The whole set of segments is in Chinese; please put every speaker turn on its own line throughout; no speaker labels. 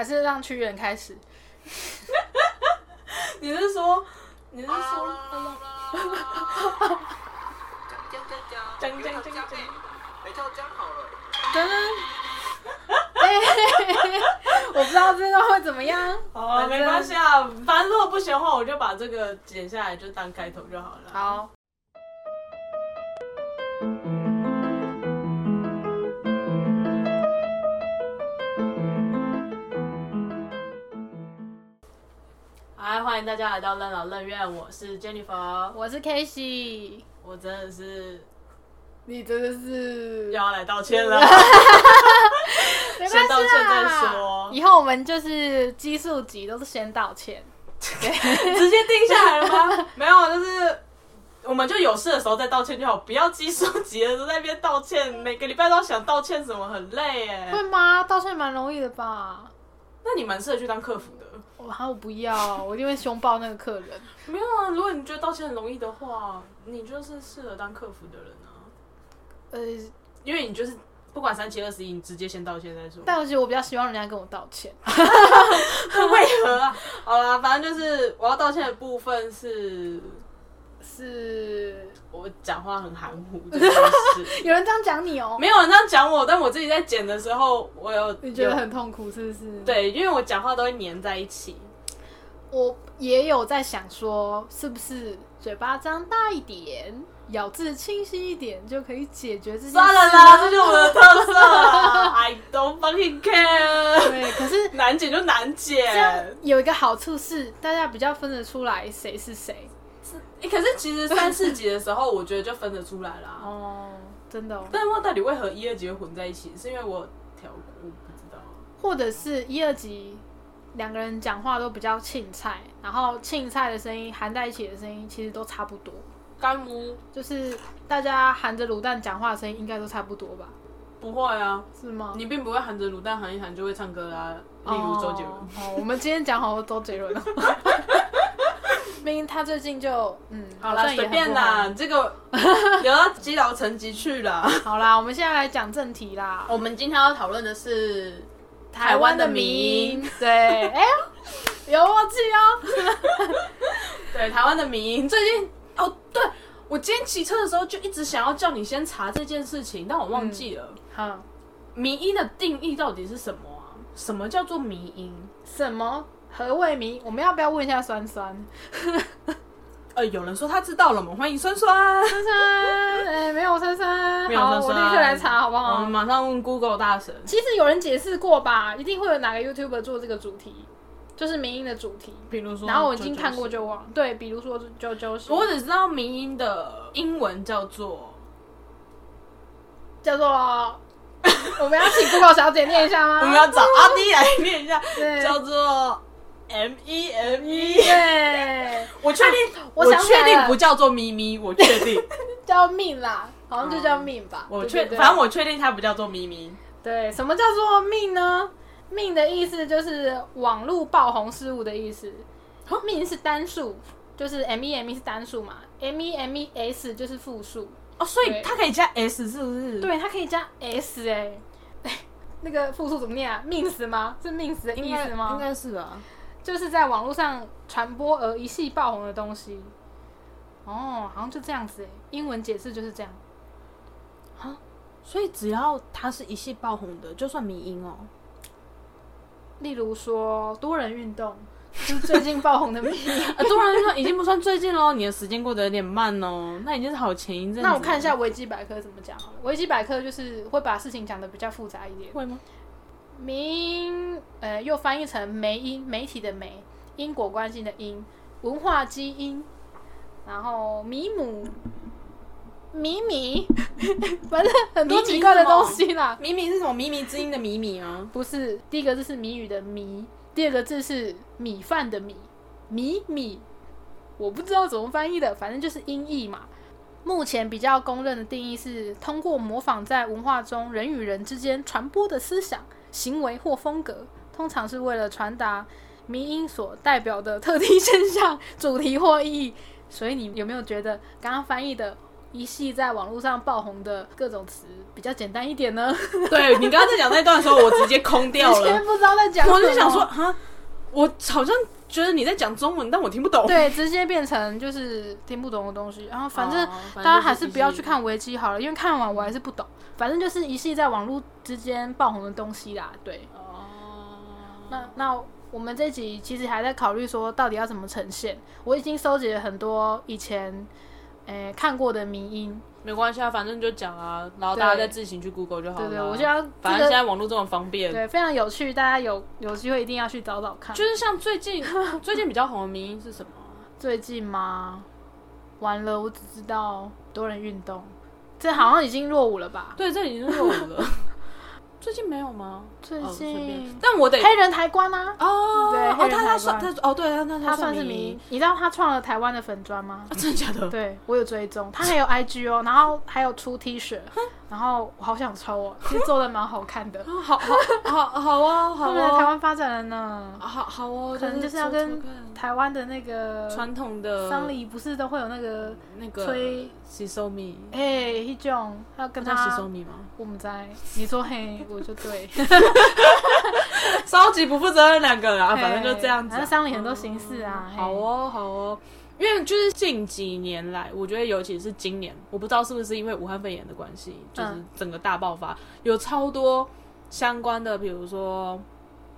还是让屈原开始？
你是说，你是
啊
说，
讲讲讲
讲
讲，
讲讲
讲
讲
没跳江好了，
噔噔。哎、 我不知道这段会怎么样。
好啊，没关系啊，反正如果不行的话，我就把这个剪下来，就当开头就好了。，
好，
哎，欢迎大家来到任劳任怨，我是 Jennifer，
我是 k a s e y
我真的是
你真的是
要来道歉 了。
没
先道
关系
歉再
啦
说
以后我们就是奇数集都是先道歉。
直接定下来了吗？ 没有，啊就是我们就有事的时候再道歉就好，不要激收集的时候在那边道歉，每个礼拜都要想道歉什么，很累耶。
会吗？道歉蛮容易的吧？
那你蛮适合去当客服的。
我喊我不要，我一定会凶爆那个客人。
没有啊，如果你觉得道歉很容易的话，你就是适合当客服的人啊，
呃，
因为你就是不管三七二十一，你直接先道歉再说。
但我觉得我比较希望人家跟我道歉。
为何啊？好啦，反正就是我要道歉的部分是
是
我讲话很含糊这件 事。
有人这样讲你哦、
没有人这样讲我，但我自己在剪的时候，我有
你觉得
有
很痛苦是不是？，
对，因为我讲话都会粘在一起。
我也有在想说，是不是嘴巴张大一点，咬字清晰一点就可以解决这件事呢？
算了啦，这就是我的特色啊，I don't fucking care。
对，可是
难剪就难
这样
剪，
有一个好处是，大家比较分得出来谁是谁。
欸可是其实三四集的时候，我觉得就分得出来啦。
哦，真的、哦，
但我到底为何一二集会混在一起？是因为我调过，我不知道。
或者是一二集两个人讲话都比较青菜，然后青菜的声音含在一起的声音其实都差不多，
干屋
就是大家含着卤蛋讲话的声音应该都差不多吧？
不会啊，
是吗？
你并不会含着卤蛋含一含就会唱歌啦。例如周杰伦，
哦。哦，我们今天讲好多周杰伦哦。 毕竟他最近就嗯，
好
像
啦，
也很
随便
不
啦，这 个留到积劳成疾去啦。
好。好啦，我们现在来讲正题啦。
我们今天要讨论的是
台湾的迷音，对， 哎、有默契哦。
对，台湾的迷音最近哦，对我今天骑车的时候就一直想要叫你先查这件事情，但我忘记了、
好，
迷音的定义到底是什么啊？什么叫做迷音？
什么何谓迷？我们要不要问一下酸酸？
呃，有人说他知道了，我们欢迎酸酸。
酸酸，哎、没有酸酸，
没有
好，
酸哦酸
我立刻来查好不
我
好？
们马上问 Google 大神。
其实有人解释过吧，一定会有哪个 YouTuber 做这个主题，就是民音的主题。
比如说，
然后我已经看过就忘，对，比如说就就是，
我只知道迷音的英文叫做
叫做 我们要请 Google 小姐念一下吗？
我们要找阿弟来念一下，
啊对
叫做 M E M E。
对
我确定，
我
我
想起来
确
了
定不叫做咪咪，我确 定，
叫命啦，好像就叫命吧。
哦我
对
确，
对对
反正我确定它不叫做咪咪。
对什么叫做命呢？命的意思就是网络爆红事物的意思。
哦
命是单数，就是 M E M E 是单数嘛，M E M E S 就是复数。
哦，所
对
以它可以加 S 是不是？，
对，它可以加 S 哎、
欸
那个复数怎么念啊？命死吗？是命死的意思吗？
该是吧。
就是在网络上传播而一系爆红的东西。哦，好像就这样子诶，英文解释就是这样。
所以只要它是一系爆红的，就算迷音哦。
例如说多人运动，就是最近爆红的名。
呃，突然说已经不算最近喽，你的时间过得有点慢哦，那已经是好前一阵子。
那我看一下维基百科怎么讲好了。维基百科就是会把事情讲的比较复杂一点。
会吗？
名呃又翻译成媒因媒体的媒，因果关系的因，文化基因，然后米姆。米米，反正很多
米米
奇怪的
是什么
东西啦。
咪咪是什么？咪咪之音的咪咪啊。
不是，第一个字是谜语的谜，第二个字是米饭的米，米米，我不知道怎么翻译的，反正就是音译嘛。目前比较公认的定义是通过模仿在文化中人与人之间传播的思想、行为或风格，通常是为了传达迷音所代表的特定现象、主题或意义。所以你有没有觉得刚刚翻译的一系在网络上爆红的各种词比较简单一点呢？
对你刚刚在讲那段的时候，我直接 空掉
直接
了，
不知道在讲什么，
我就想 说啊，我好像觉得你在讲中文，但我听不懂。
对，直接变成就是听不懂的东西。然后反正
哦
大家还
就是一
不要
系
去看维基好了，因为看完我还是不懂。反正就是一系在网络之间爆红的东西啦。对，
哦，
那那我们这集其实还在考虑说到底要怎么呈现。我已经收集了很多以前诶、看过的迷音，
没关系啊，反正就讲啊，然后
对
大家再自行去 Google 就好了
对
啊。
对，我觉得
反
这
正现
个
在网络这么方便，
对非常有趣，大家有有机会一定要去找找看。
就是像最近最近比较红的名音是什么？
最近吗？完了，我只知道多人运动，这好像已经落伍了吧？
对，这已经是落伍了。 最近没有吗？
最
哦随便
近
但我得
黑人抬棺啊，
哦，
对黑
哦，
人
他
抬
他算
棺
他哦，对，他他
他
他
算是迷
迷
因，，你知道他创了台湾的粉砖吗？
啊真的假的？
对我有追踪，他还有 IG 哦，然后还有出 T 恤，然后我好想抽哦，其实做的蛮好看 的。
啊，好好好好啊，
他
好
们来台
啊，
湾发展了呢，
好好哦，
可能就是要
抽抽
跟
看
台湾的那个
传统的
丧礼不是都会有那个
那个
吹，
洗手米，
哎，一种要跟
叫洗手
他。
米吗？
我们在你说嘿，我就对，
超级不负责任两个人 啊，反正就这样子
反
啊
正。丧礼很多形式啊。
好
嘿，
哦，好哦，因为就是近几年来，我觉得尤其是今年，我不知道是不是因为武汉肺炎的关系，就是
嗯
整个大爆发，有超多相关的，比如说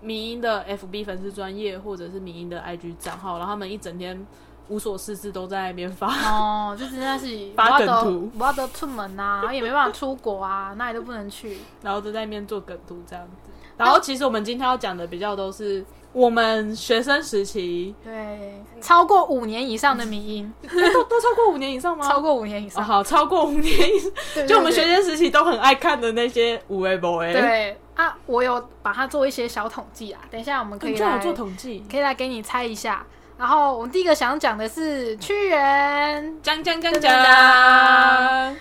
民音的 FB 粉丝专业，或者是民音的 IG 账号，然后他们一整天无所事事都在那边发。
哦，就真的是
发梗
我
图
不要得出门啊，也没办法出国啊，哪里都不能去。
然后都在那边做梗图这样子。然后其实我们今天要讲的比较都是我们学生时期，
对，嗯超过五年以上的迷音，
都都超过五年以上吗？
超过五年以
哦，
上，
好，超过五年以上，
对
就我们学
对
生时期都很爱看的那些五 A 博 A。
对对啊，我有把它做一些小统计啊，等一下我们可
你
以
最好
来
做统计。
可以来给你猜一下。然后我们第一个想讲的是屈原
讲讲讲
噔噔
讲
噔，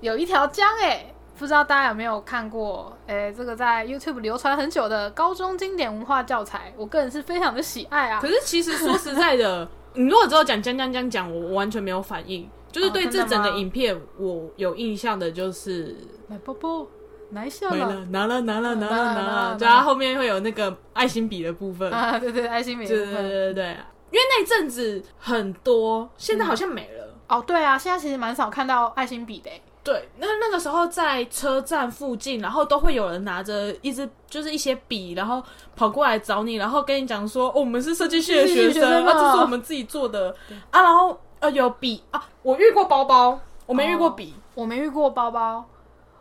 有一条江哎、不知道大家有没有看过？哎、这个在 YouTube 流传很久的高中经典文化教材，我个人是非常的喜爱啊
可。是其实说实在 的，你如果只有讲讲讲讲讲，我完全没有反应。就是
哦
对
真
这
的
整个
吗
影片，我有印象的就是
来，波波，来笑
没
了
了，拿了，拿了，拿
拿了
了，
拿
拿
了
了，就它后面会有那个爱心笔的部分。
啊！对对，爱心美
对对
分
对对，对，因为那一阵子很多，现在好像没了。
哦，对啊，现在其实蛮少看到爱心笔的、欸。
对，那那个时候在车站附近，然后都会有人拿着一支就是一些笔，然后跑过来找你，然后跟你讲说，哦，我们是设计系的
设计系
学
学生
生，啊，这
哦
是我们自己做的啊，然后呃有笔啊，我遇过包包，我没遇过笔，
我没遇过包包，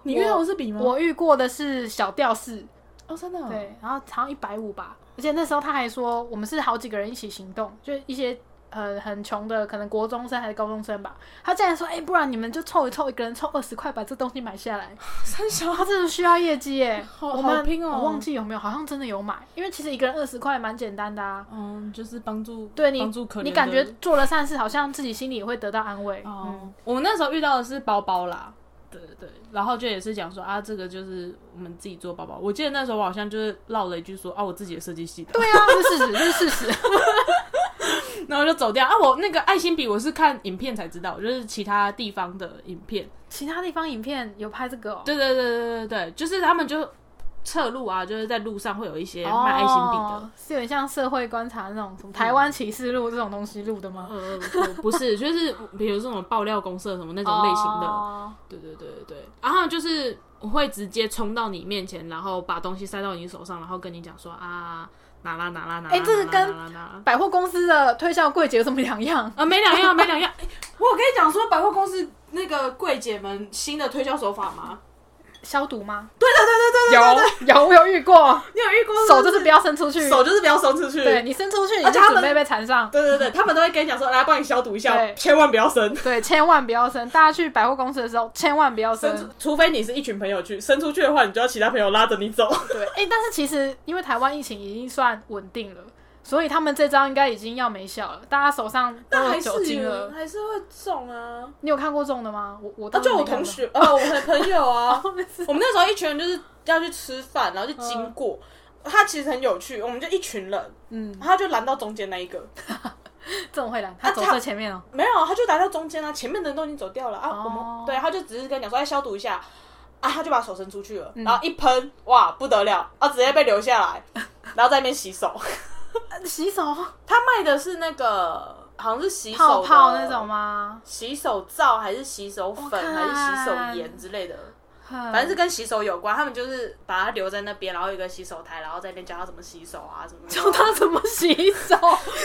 你遇到的是笔吗？
哦我遇过的是小吊饰，
哦，真的哦，
对，然后好像一百五吧。而且那时候他还说，我们是好几个人一起行动，就一些呃很穷的，可能国中生还是高中生吧。他竟然说，哎、不然你们就凑一凑，一个人凑二十块，把这东西买下来。
三小
他真的需要业绩耶，
好
我
好
们
拼哦
我忘记有没有，好像真的有买，因为其实一个人二十块蛮简单的啊。
嗯，就是帮助
对你
帮助可怜，
你感觉。做了善事，好像自己心里也会得到安慰。
哦，
嗯，
我们那时候遇到的是包包啦，对对对，然后就也是讲说啊，这个就是我们自己做包包。我记得那时候我好像就是唠了一句说啊，我自己的设计系的，
对啊，这是事实，这是事实。
然后就走掉啊。我那个爱心笔我是看影片才知道，就是其他地方的影片，
其他地方影片有拍这个、哦，
对对对对对对，就是他们就侧路啊，就是在路上会有一些
哦
卖爱心笔的。
是有点像社会观察那种什么台湾启示录这种东西录的吗？
呃，不不是，就是比如这种爆料公社什么那种类型的，
哦
对对对对对，然后就是我会直接冲到你面前，然后把东西塞到你手上，然后跟你讲说啊，拿啦拿啦拿啦，
哎这个
拿啦
跟
拿啦拿啦
百货公司的推销柜姐有什么两样？
啊没两样没 两样。哎我有跟你讲说百货公司那个柜姐们新的推销手法吗？
消毒吗？
对
有有，我有遇过，
你有遇过
手就是不要伸出去，
手就是不要伸出去。
对你伸出去，你
而
就
且他们
准备被缠上。
对对对，他们都会跟你讲说，来帮你消毒一下
对，
千万不要伸。
对，千万不要伸。大家去百货公司的时候，千万不要
伸出
伸。，
除非你是一群朋友去，伸出去的话，你就要其他朋友拉着你走。
对，哎、但是其实因为台湾疫情已经算稳定了，所以他们这招应该已经要没效了，大家手上都有
哦
酒精了。
还是会中啊。
你有看过这种的吗？我我
啊，
当然
就我
没看
同
过
学， 呃，我的朋友啊， 我们那时候一群人就是要去吃饭，然后就经过，他其实很有趣，我们就一群人，
嗯，
他就拦到中间那一个，
这么会拦，他走
他
在前面哦、
没有，他就来到中间啊，前面的人都已经走掉了啊。
哦
我们对，他就只是跟你讲说，哎，消毒一下啊，他就把手伸出去了，
嗯
然后一喷，哇，不得了啊，直接被留下来， 然后在那边洗手。
啊洗手
他卖的是那个好像是洗手
泡
的
泡那种？吗？
洗手皂还是洗手粉
我看
还是洗手盐之类的，
反
反
嗯
正是跟洗手有关。他们就是把它留在那边，然后有一个洗手台，然后在那边教他怎么洗手啊，什么的
教他怎么洗手，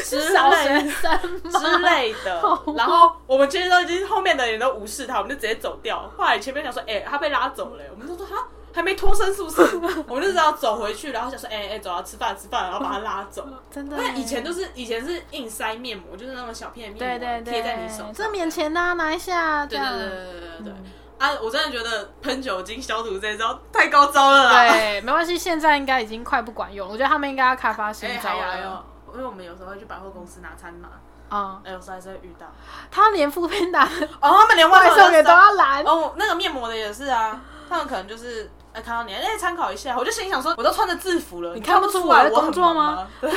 是 小学生吗？
之类的
好无。
然后我们其实都已经后面的人都无视他，我们就直接走掉。后来前面想说，哎、他被拉走了、我们就说他还没脱身是不是？ 我们就知道走回去，然后想说，哎、哎、走啊，吃饭吃饭，然后把他拉走。
真的耶，
那以前都是以前是硬塞面膜，就是那种小片的面
对
膜
对对，
贴在你手上，
这免钱的啊、拿一下，这
对对
样嗯
对对对对对。啊！我真的觉得喷酒精消毒这一招太高招了啦！
对，没关系，现在应该已经快不管用，我觉得他们应该要开发新
哎，
招
还有还
了。
有，因为我们有时候会去百货公司拿餐嘛，
啊、
哎，有时候还是会遇到。
他连副片打的
哦，他们连外
外
送
送也都
要。
要拦，
哦，那个面膜的也是啊，他们可能就是哎看到你，哎参考一下。我就心里想说，我都穿着制服了，你
看不
不
出
出
我
来
在
我
工
很
作
忙
吗
吗？ 对，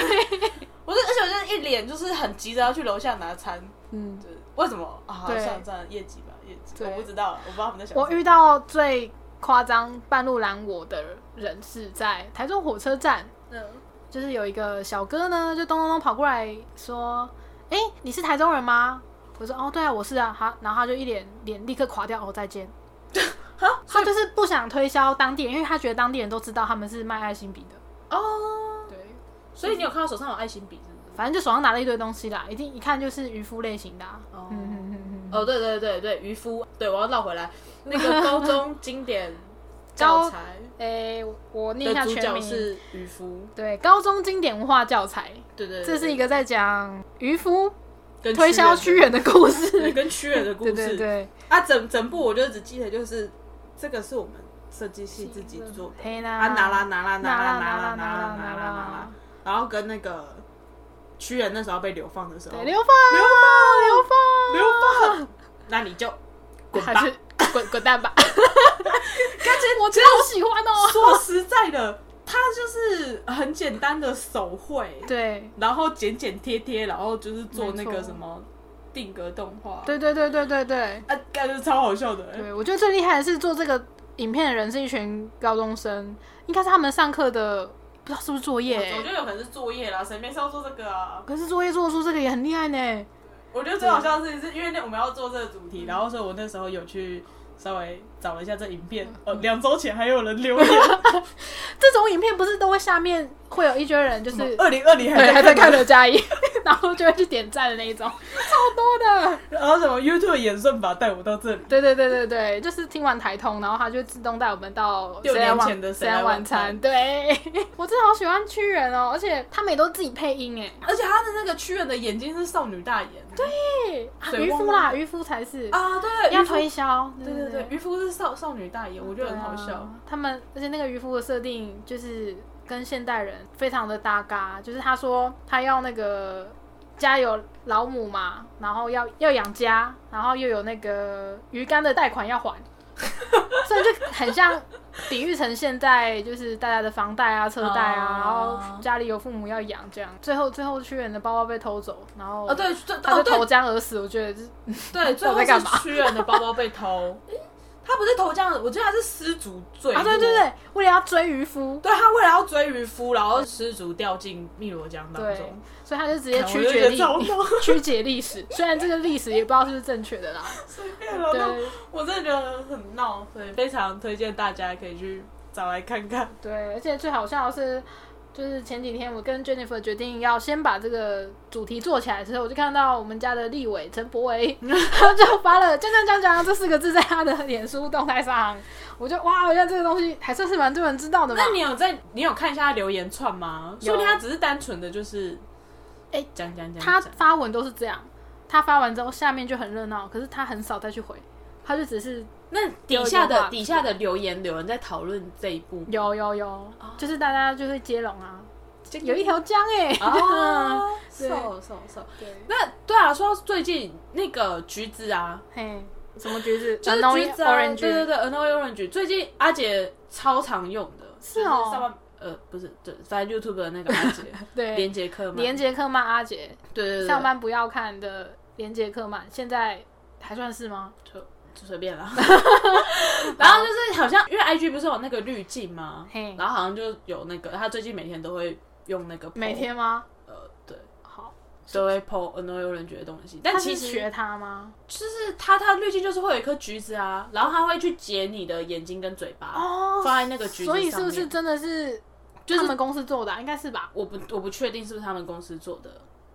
我就而且我就是一脸就是很急着要去楼下拿餐，
嗯。
就是为什么啊？好
对
算了算了，业绩吧，业绩，
对
我不知道，我不知道他们在想什么。
我遇到最夸张半路拦我的人是在台中火车站，
嗯
就是有一个小哥呢，就咚咚咚跑过来说：“哎、你是台中人吗？”我说：“哦，对啊，我是啊。”他然后他就一脸脸立刻垮掉，哦，再 见。他就是不想推销当地人，因为他觉得当地人都知道他们是卖爱心笔的。
哦，
对，
所以你有看到手上有爱心笔是不是？
反正就手上拿了一堆东西啦，一定一看就是渔夫类型的、啊。
哦
嗯嗯嗯嗯。
哦，对对对对，渔夫，对我要绕回来，那个高中经典
高
教材
诶、我念一下
的主
全
角
名。
是渔夫，
对，高中经典文化教材，
对对，
这是一
个
个在讲渔夫推
推
销屈原的故事
对，。跟屈原的 故
对
事，
对对，
啊，整整部我就只记得就是这个是我们设计系自己做的，
黑啦，
啊拿啦拿啦拿
拿啦拿啦
啦拿啦
拿
拿
啦
啦
拿
拿
啦
啦拿啦，然后跟那个屈原那时候被流放的时候，
对，
流
流放，
放
流
流放，那你就滚
放，
吧！
还是滚滚 蛋吧！
但其实
我真的好喜欢哦。
说实在的，他就是很简单的手绘，
对，
然后剪剪贴贴，然后就是做那
没
个
错
什么定格动画，
对对对对对对
啊，感觉超好笑的、欸。
对，我觉得最厉害的是做这个影片的人是一群高中生，应该是他们上课的，不知道是不是作业欸、
我觉得有可能是作业啦，谁没事要做这个啊？
可是作业做出这个也很厉害呢。
我觉得最好笑的是，是因为那我们要做这个主
嗯
题，然后所以我那时候有去稍微找了一下这影片，
嗯
呃，两周前还有人留言，
这种影片不是都会下面会有一堆人 就是
二零二零
对，还
还
在
在
看
看，
刘嘉怡， 然后就会去点赞的那一种，超多的。
然后什么 YouTube 演算法带我到这里，
对对对对对，就是听完台通，然后他就自动带我们到
六
谁来
年
晚
前的
谁
谁
来
来
晚
晚
餐。
餐
对， 我真的好喜欢屈原哦，而且他们也都自己配音哎。
而且他的那个屈原的眼睛是少女大眼，对
嘿啊
水
渔
汪
夫
汪
啦，渔夫才是
啊，对，
要
渔夫
推，销。
对对对，渔夫是少少女大眼，我觉得很好笑
啊。他们而且那个渔夫的设定就是跟现代人非常的搭嘎，就是他说他要那个家有老母嘛，然后要要养家，然后又有那个鱼竿的贷款要还， 所以就很像比喻成现在就是大家的房贷啊、车贷啊，
哦
然后家里有父母要养这样。最后最后屈原的包包被偷走，然后
哦，对，最
他就
哦
投
对
江而死，我觉得就是
对，最后
在干嘛
是屈原的包包被偷，诶 他不是偷这样，我记得他是失足坠
啊，对对
落
对，为了要追渔夫，
对他为了要追渔夫，然后失足掉进汨罗江当
对
中，，
所以他就直接
看我
曲
就觉
解
得
历
超闹
曲解历史，虽然这个历史也不知道是不是正确的啦。
随便了。哦那
对
我真的觉得很闹，所以非常推荐大家可以去找来看看。
对，而且最好笑的是，就是前几天我跟 Jennifer 决定要先把这个主题做起来的时候，我就看到我们家的立委陈柏维， 他就发了“讲讲讲讲”这四个字在他的脸书动态上，我就哇，原来这个东西还算是蛮多人知道的嘛
那。你有在你有看一下他留言串吗？
有
说不定他只是单纯的就是，
哎
讲讲讲，
他
讲
发文都是这样，他发完之后下面就很热闹，可是他很少再去回，他就只是
那
有
底下
有吧
的底下的留言有人在讨论这一部，
有有有，
哦
就是大家就会接龙啊，
这个
有一条江哎、 欸，
哦，
对
瘦瘦瘦。
对，
那对啊，说到最近那个橘子啊，
嘿，什么橘 子？
就是橘子、啊，
orange，
对对对，annoy orange，最近阿姐超常用的，
是哦
就是上班呃，不是，就在 YouTube 的那个阿杰，连
对，
杰克曼，
连杰克曼阿杰
对对对，
上班不要看的连杰克曼，现在还算是吗？
就就随便 了。 然后就是好像因为 IG 不是有那个滤镜吗？
嘿
然后好像就有那个，他最近每天都会用那个 po，
每天吗？
呃对，
好，
都会 PO 很多有人觉的东西，但
他
其
是
实
学他吗？
就是它它滤镜就是会有一颗橘子啊，然后它会去解你的眼睛跟嘴巴，
哦
放在那个橘子上
所以
面。
是不是真的是就是他们公司做的啊、应该是吧？
我不我不确定是不是他们公司做的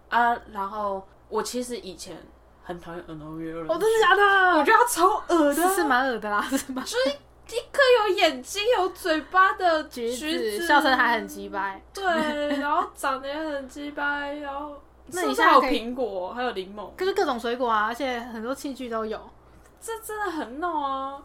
啊。然后我其实以前很讨厌耳朵约人，
哦，真的假的？
我觉得它超恶的啊，
是是蛮恶的啦，是吗？
就是一颗有眼睛有嘴巴的
橘
橘
子笑声还很鸡掰，
对，然后长得也很鸡掰，然后
那你
是不是
现在
还有
可以
苹果，还有柠檬，
就是各种水果啊，而且很多器具都有。
这真的很闹啊。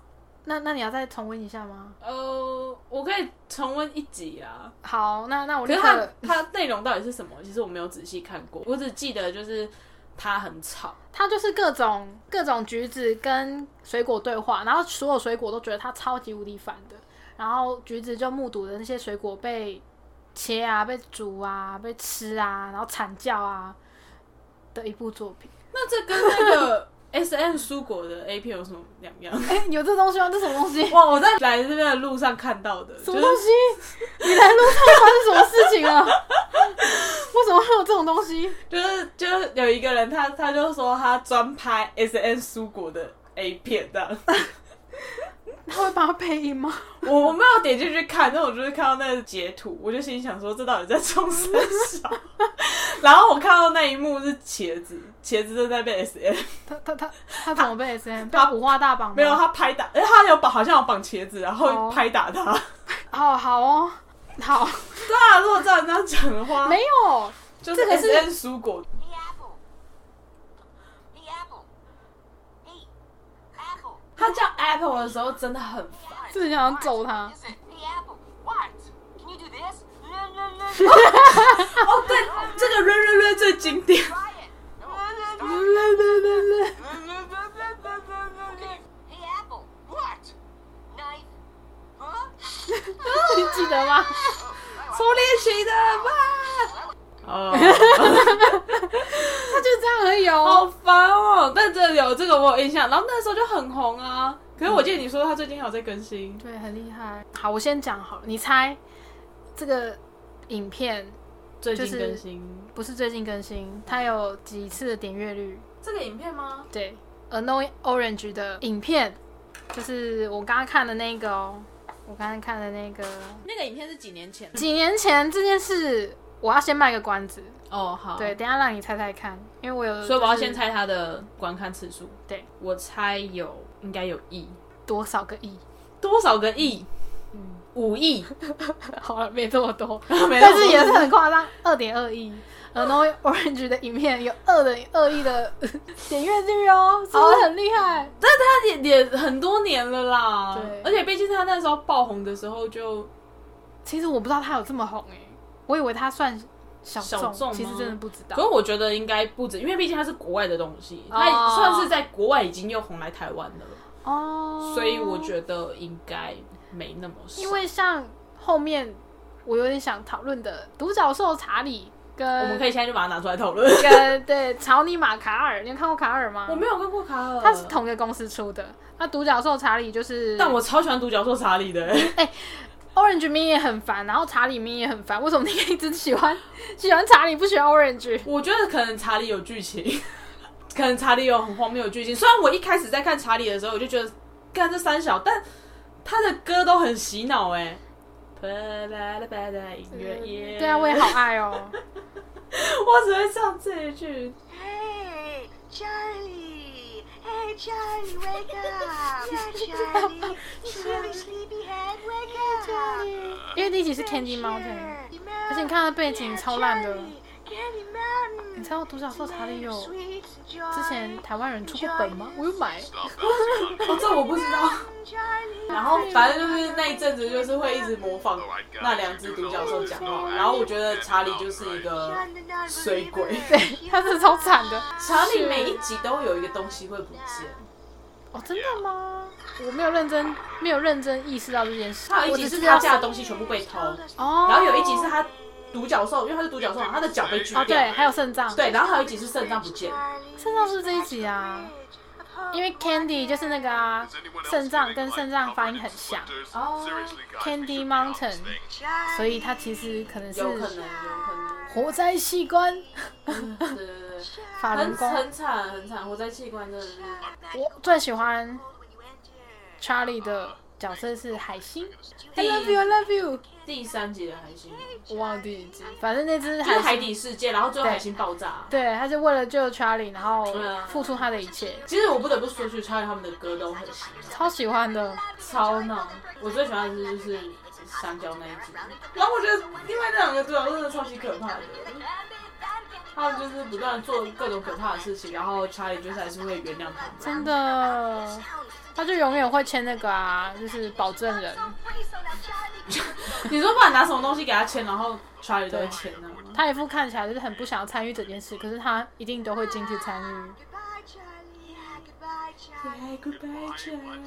那那你要再重温一下吗？
呃，我可以重温一集啊。
好，那那我
可
哦立
是它
刻，
它内容到底是什么？其实我没有仔细看过，我只记得就是它很吵。
它就是各种各种橘子跟水果对话，然后所有水果都觉得它超级无敌烦的，然后橘子就目睹了那些水果被切啊、被煮啊、被吃啊，然后惨叫啊的一部作品。
那这跟那个 S M 蔬果的 A 片有什么两样？
哎、有这东西吗？这什么 东西？
哇，我在来这边的路上看到的，
什
就
么
是
东西？你来路上发生什么事情了？ 为什么会有这种东西？
就是就是有一个人他，他就说他专拍 S N 蔬果的 A 片这 样。
他会帮他配音吗？
我我没有点进去看，但我就是看到那个截图，我就心想说这到底在冲三小？ 然后我看到那一幕是茄子，茄子正在被 S N，
他他他他怎么被 S M 被
他
五花大绑吗？
没有他拍打，哎他有绑好像有绑茄子，然后
哦
拍打他。
哦，好哦， 好，
对啊，如果照你这样讲的话，
没有，
就是
这个是
S N 蔬果
The apple. The apple. Hey, apple.
他叫 Apple 的时候真的很烦，
自己想揍他
What is it? The apple. What? Can you do this? No, no, no.
哦，对，这个瑞瑞瑞最经典。
Try it. No, stop.
对
Okay. Hey, apple. What? Knife. Huh?
你记得吗？
苏立奇的吧？哦，
他就这样而已哦。
好烦哦！但这有这个我有印象，然后那时候就很红啊。可是我记得你说他最近还有在更新，
对，很厉害。好，我先讲好了，你猜这个影片
最
近
近
更
更新
不是最近更新，它有几次的点阅率？
这个影片吗？
对，Annoying Orange 的影片，就是我刚刚看的那个哦，我刚刚看的那个。
那个影片是几年前？
几年前这件事，我要先卖个关子，
哦，好，
对，，等一下让你猜猜看，因为我有，
所以我要先
猜
猜他的观看次数。
对，
我猜有应该有亿，
多少个亿。
多少个亿？五 亿，
好了，没这么多，
没
但是也是很夸张，二点二亿。呃 n o Orange 的影片有二点二亿 的点阅率哦，是不是很厉害？
也也很多年了啦，
对
而且毕竟他那时候爆红的时候就
其实我不知道他有这么红诶、我以为他算小众，
小众吗
其实真的不知
可
道。
是我觉得应该不止，因为毕竟它是国外的东西，
哦
它也算是在国外已经又红来台湾了，
哦，
所以我觉得应该没那么少。
因为像后面我有点想讨论的独角兽查理
我
跟
们可以现在就把它拿出来讨论。
跟对草泥马卡尔，你有看过卡尔吗
我？没有看过卡尔，
它是，同一个公司出的。那独角兽查理就是，
但我超喜欢独角兽查理的、欸
Orange 明也很烦，然后查理明也很烦。为什么你可以一直喜欢 喜欢查理，不喜欢 Orange？
我觉得可能查理有剧情， 可能查理有很荒谬的剧情。虽然我一开始在看查理的时候，我就觉得干这三小，但他的歌都很洗脑哎、欸。巴拉巴拉音乐耶！
对啊，啊我也好爱 哦。
我只会唱这一句。
Hey, Charlie! Hey, Charlie, wake up! yeah, Charlie! Charlie, sleepyhead, wake up! Charlie!
因为第一集是 Candy Mountain，而且你看它背景超烂的。
Candy Mountain，
你知道独角兽查理有
Sweet
之
joy
前台湾人出过本吗？我有买。
哦，这我不知道。
Charlie
然后反正就是那一阵子，就是会一直模仿那两只独角兽讲话。然后我觉得查理就是一个
Charlie,
水鬼，
对，它是超惨的。
查理每一集都有一个东西会不见，
哦，真的吗？我没有认真，没有认真意识到这件事。
还有一集是他家的东西全部被偷，
哦，
然后有一集是他独角兽，因为他是独角兽嘛，他的脚被锯
哦，对，
掉。
还有肾脏，
对，然后还有一集是肾脏不见，
肾脏是这一集啊，因为 Candy 就是那个啊，
肾脏跟肾脏发音很像
哦
，Candy Mountain，
所以他其实可能是
有可能， 有
活摘器官、
可能，对对对，
法轮
很
功。
很惨很惨，活在器官真的是。
我最喜欢 Charlie 的角色是海星，I love you, I love you。
第三集的海星，
我忘了第几集，反正那只
就是
海
海
星，
底世界，然后最后
对
海星爆炸。
对，他是为了救 Charlie，然后
啊
付出他的一切，
其实我不得不说，去超越他们的歌都很洗脑，
超喜欢的。
超闹。我最喜欢的是就是香蕉那一集，然后我觉得另外那两个对我真的超级可怕的。他们就是不断地做各种可怕的事情，然后查理就是还是会原谅他们。
真的，他就永远会签那个啊，就是保证人，
你说不管拿什么东西给他签，然后查理都会签呢？
他一副看起来就是很不想要参与这件事，可是他一定都会进去参与。
Say goodbye, Charlie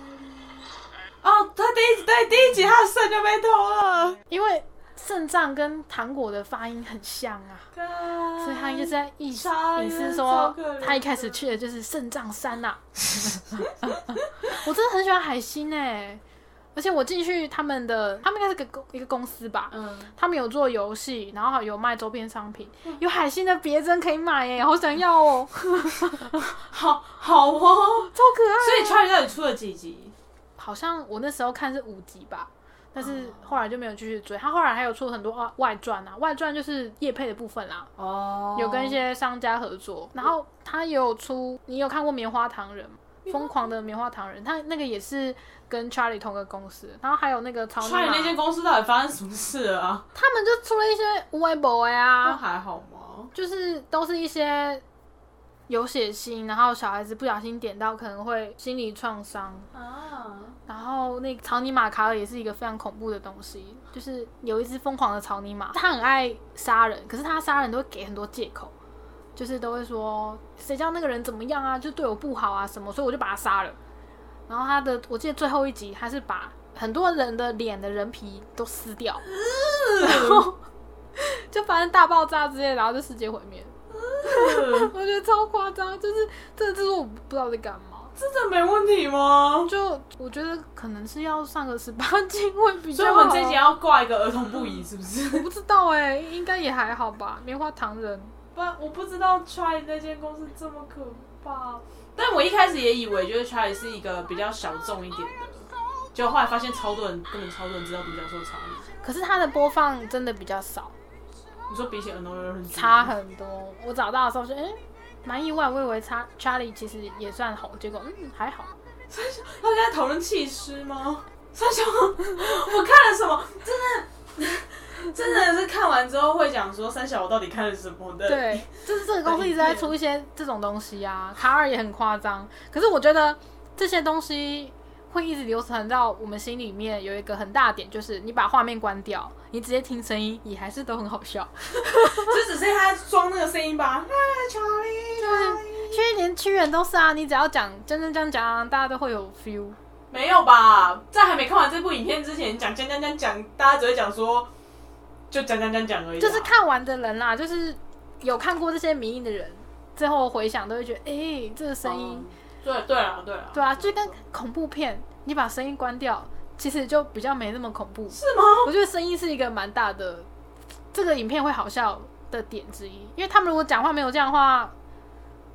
哦，他第一集对第一集他的肾就被偷了，
因为肾脏跟糖果的发音很像啊，所
所
以他就是在意思
杀人
意思说
超可怜的
他一开始去的就是肾脏山呐、 我真的很喜欢海星哎、而且我进去他们的，他们应该是个公一个公司吧，
嗯，
他们有做游戏，然后有卖周边商品，有海星的别针可以买耶，好想要 哦，
好好哦。
超可爱啊。
所以查理到底出了几集？
好像我那时候看是五集吧，但
哦
是后来就没有继续追。他后来还有出很多外外传啊，外传就是叶配的部分啦，
哦，
有跟一些商家合作。然后他也有出，你有看过《棉花糖人》吗？疯狂的棉花糖人，他那个也是跟 Charlie 同个公司，然后还有那个草泥
川
马
宇，那间公司到底发生什么事了啊？
他们就出了一些微博
都
啊，
还好吗？
就是都是一些有血腥，然后小孩子不小心点到可能会心理创伤，
啊，
然后那个草泥马卡尔也是一个非常恐怖的东西，就是有一只疯狂的草泥马，它很爱杀人，可是它杀人都会给很多借口，就是都会说谁叫那个人怎么样啊，就对我不好啊什么，所以我就把他杀了。然后他的，我记得最后一集他是把很多人的脸的人皮都撕掉，然后就反正大爆炸之类，然后就世界毁灭。 我觉得超夸张，就是这这是我不知道在干嘛。
真的没问题吗？
就我觉得可能是要上个十八 禁会比较
所以
好。
我们这集要挂一个儿童不宜，是不是？
不知道哎、应该也还好吧。棉花糖人，
不，我不知道 Charlie 那间公司这么可怕。但我一开始也以为就是 Charlie 是一个比较小众一点的，结果后来发现超多人根本超多人知道独角兽查理。
可是它的播放真的比较少，
你说比起 Another 很
差很多。我找到的时候就哎，蛮、意外，我以为查 Charlie 其实也算红，结果嗯还好。
他们在讨论弃尸吗？三雄，我看了什么？真的， 真的是看完之后会讲说三小我到底看了什么的。，
对，就是这个公司一直在出一些这种东西啊，卡尔也很夸张。可是我觉得这些东西会一直流传到我们心里面，有一个很大的点就是，你把画面关掉，你直接听声音，也还是都很好笑。
这只是他装那个声音吧。啊，乔丽，乔丽
去年屈原都是啊，你只要讲真真这样讲，大家都会有 feel。
没有吧？在还没看完这部影片之前，讲讲讲讲讲，大家只会讲说，就讲讲讲讲而已啊。
就是看完的人啦，就是有看过这些迷音的人，最后回想都会觉得，哎、这个声音，
嗯对对了对了，
对啊，就跟恐怖片，你把声音关掉，其实就比较没那么恐怖。
是吗？
我觉得声音是一个蛮大的，这个影片会好笑的点之一，因为他们如果讲话没有这样的话，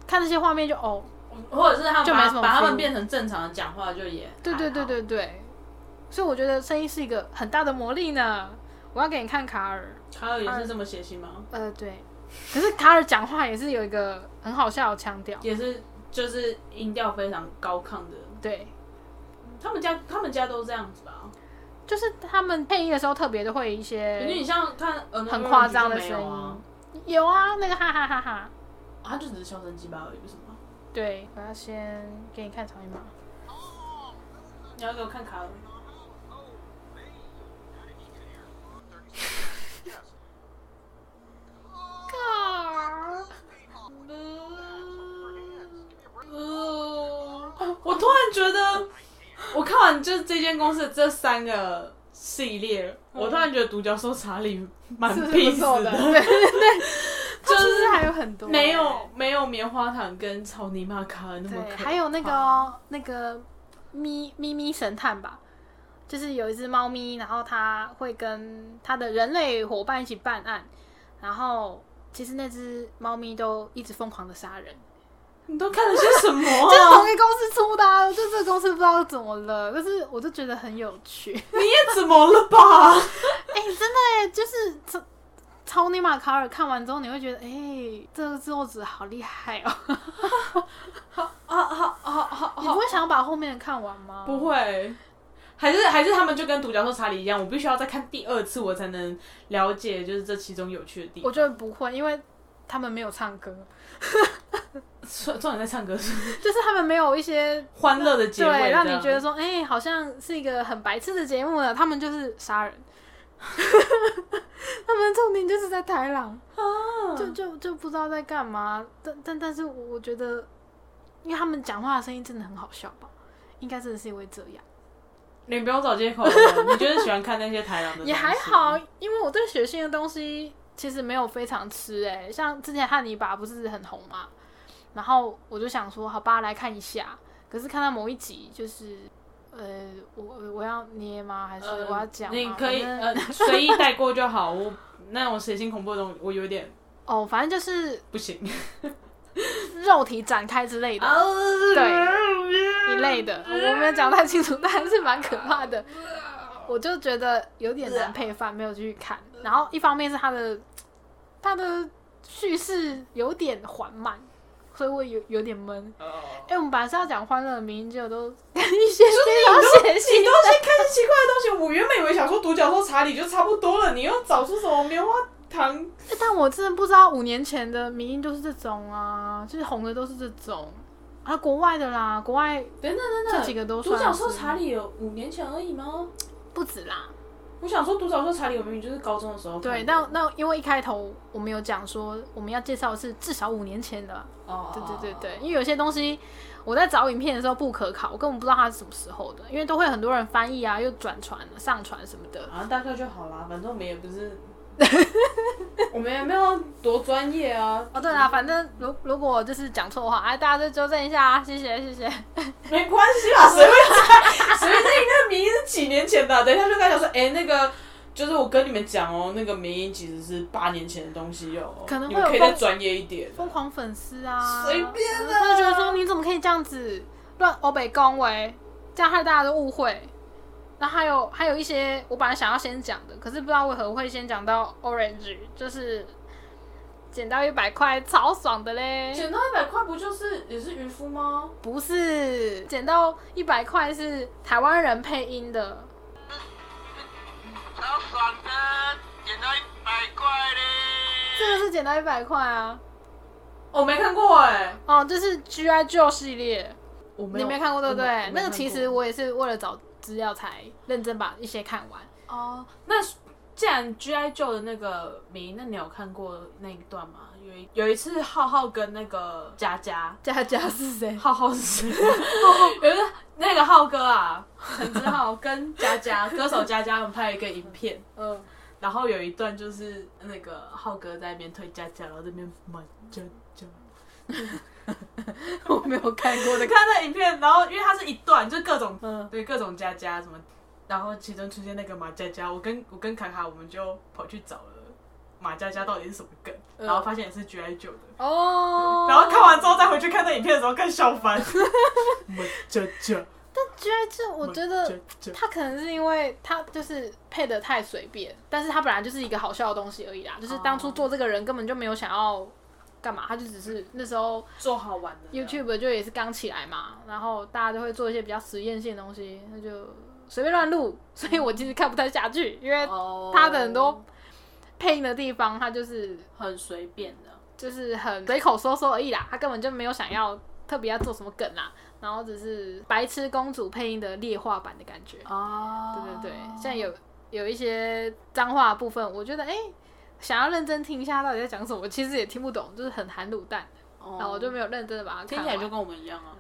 看这些画面就哦，
或者是他们
就没
把
什么
把他
feel
们变成正常的讲话，就也
对对对对对，所以我觉得声音是一个很大的魔力呢。我要给你看卡尔。
还好。卡尔也是这么写信吗？
呃，对。可是卡尔讲话也是有一个很好笑的腔调，
也是，就是音调非常高亢的。
对，
他们家他们家都这样子吧？
就是他们配音的时候特别的会有一
感觉
些
你像看呃
很夸张的
没有
声
啊
音，，有啊，那个哈哈哈哈。
啊他就只是敲声机吧而已，不是吗？
对，我要先给你看草泥马，
你要给我看卡尔，
卡尔，
啊
呃我突然觉得我看完就是这间公司的这三个系列，我突然觉得独角兽查理蛮
是不
peace
错的，对 对对，
就
它其实
是
还有很多
没
欸
有没有棉花糖跟草泥马卡那么
对，
可
还有那个哦那个咪咪咪神探吧，就是有一只猫咪，然后它会跟它的人类伙伴一起办案，然后其实那只猫咪都一直疯狂的杀人，
你都看了些什么
这是
啊？
同一个公司出的、啊，就这个公司不知道怎么了，但是我就觉得很有 趣。
你也怎么了吧？
哎、真的哎，就是超超尼玛卡尔看完之后，你会觉得，哎、这个作者好厉害哦！
啊啊啊啊
你不会想把后面的看完吗？
不会，还是还是他们就跟独角兽查理一样，我必须要再看第二次，我才能了解就是这其中有趣的地
我
方。
觉得不会，因为他们没有唱歌，
重重点在唱歌 是
就是他们没有一些
欢乐的结尾，
对让
这
你
样
觉得说，哎、好像是一个很白痴的节目了。他们就是杀人， 他们的重点就是在豺狼，
啊，
就就就不知道在干嘛。但但但是我觉得，因为他们讲话的声音真的很好笑吧，应该真的是因为这样。
你不用找借口了，你就是喜欢看那些台狼的，呃
也还好，。因为我对血腥的东西其实没有非常吃哎、像之前汉尼拔不是很红嘛，然后我就想说，好吧，来看一下。可是看到某一集，就是呃，我我要捏吗？还是
呃，
我要讲吗、
你可以
反正
呃随意带过就好。我那种血腥恐怖的东西，我有点
哦，反正就是
不 行。
肉体展开之
啊
类的、
对
一类的，我没有讲太清楚，但还是蛮可怕的。我就觉得有点
啊
难配饭，没有继续看。然后一方面是它的它的叙事有点缓慢，所以我有有点闷。
哦
哎、我们本来是要讲欢乐的名，结果都跟一些非常
你都
血
你
腥
都
的。
先看奇怪的东西。我原本以为想说独角兽查理就差不多了，你又找出什么棉花糖？
哎但我真的不知道五年前的名音就是这种啊，就是红的都是这种啊，国外的啦，国外
等等等
这几个都
独
算
角兽
是
查理有五年前而已吗？
不止啦。
我想说独角兽查理，我明明就是高中的时候看的。哦
对，那那因为一开头我们有讲说我们要介绍的是至少五年前的，
哦，
对对对对，因为有些东西我在找影片的时候不可考，我根本不知道它是什么时候的，因为都会很多人翻译啊，又转传、上传什么的。
啊，大概就好啦，反正我们也不 是，我们也没有多专业啊。
哦，对啦，反正如如果就是讲错话，哎，大家就纠正一下啊，谢谢谢谢。
没关系 啦，谁会在谁会在意那个名音是几年前的啊、等一下就跟他讲说，哎、那个就是我跟你们讲哦，那个名音其实是八年前的东西哦，
可能会
你
有
们可以再专业一点。
疯狂粉丝啊，
随便
他就觉得
啊
说你怎么可以这样子乱欧北恭维，这样害大家都误会。然后还有还有一些我本来想要先讲的，可是不知道为何会先讲到 Orange，就是捡到一百块超爽的嘞。
捡到一百块不就是也是渔夫吗？
不是，捡到一百块是台湾人配音的，
超爽的，捡到一百块嘞！
这个是捡到一百块啊。
我、没看过哎、
哦，这是 G I Joe 系列，
我没
你
有
没看过对不
我没
对
嗯我？没
那个
看
其
过
实我也是为了找资料才认真把一些看 完。
哦，那既然 G.I. Joe 的那个名，那你有看过那一段吗？有一有一次，浩浩跟那个佳佳，
佳佳是谁？
浩浩是谁？有一个那个浩哥啊，陈志浩跟佳佳，歌手佳佳，我们拍了一个影片，
嗯，
然后有一段就是那个浩哥在那边推佳佳，然后这边 买佳佳。
我没有看过的。
你看那影片，然后因为它是一段，就各种
嗯，
对各种佳佳什么，然后其中出现那个马佳佳，我跟我跟卡卡我们就跑去找了马佳佳到底是什么梗，
嗯
然后发现也是 G I 九的，
哦。
然后看完之后再回去看那影片的时候更笑翻。 马佳佳，
G I Joe，我觉得
马佳佳
他可能是因为他就是配的太随便，但是他本来就是一个好笑的东西而已啦。就是当初做这个人根本就没有想要干嘛，他就只是那时候
做好玩的
YouTube 就也是刚起来嘛，然后大家都会做一些比较实验性的东西，那就随便乱录。所以我其实看不太下去，因为
哦
他的很多配音的地方，他就是
很随便的，
就是很随口说说而已啦，他根本就没有想要特别要做什么梗啦，然后只是白痴公主配音的劣化版的感觉。
哦
对对对，像有有一些脏话的部分，我觉得哎、诶想要认真听一下到底在
哦
讲什么，其实也听不懂，就是很含卤蛋，然后我就没有认真的把它看完。
跟我们一样啊。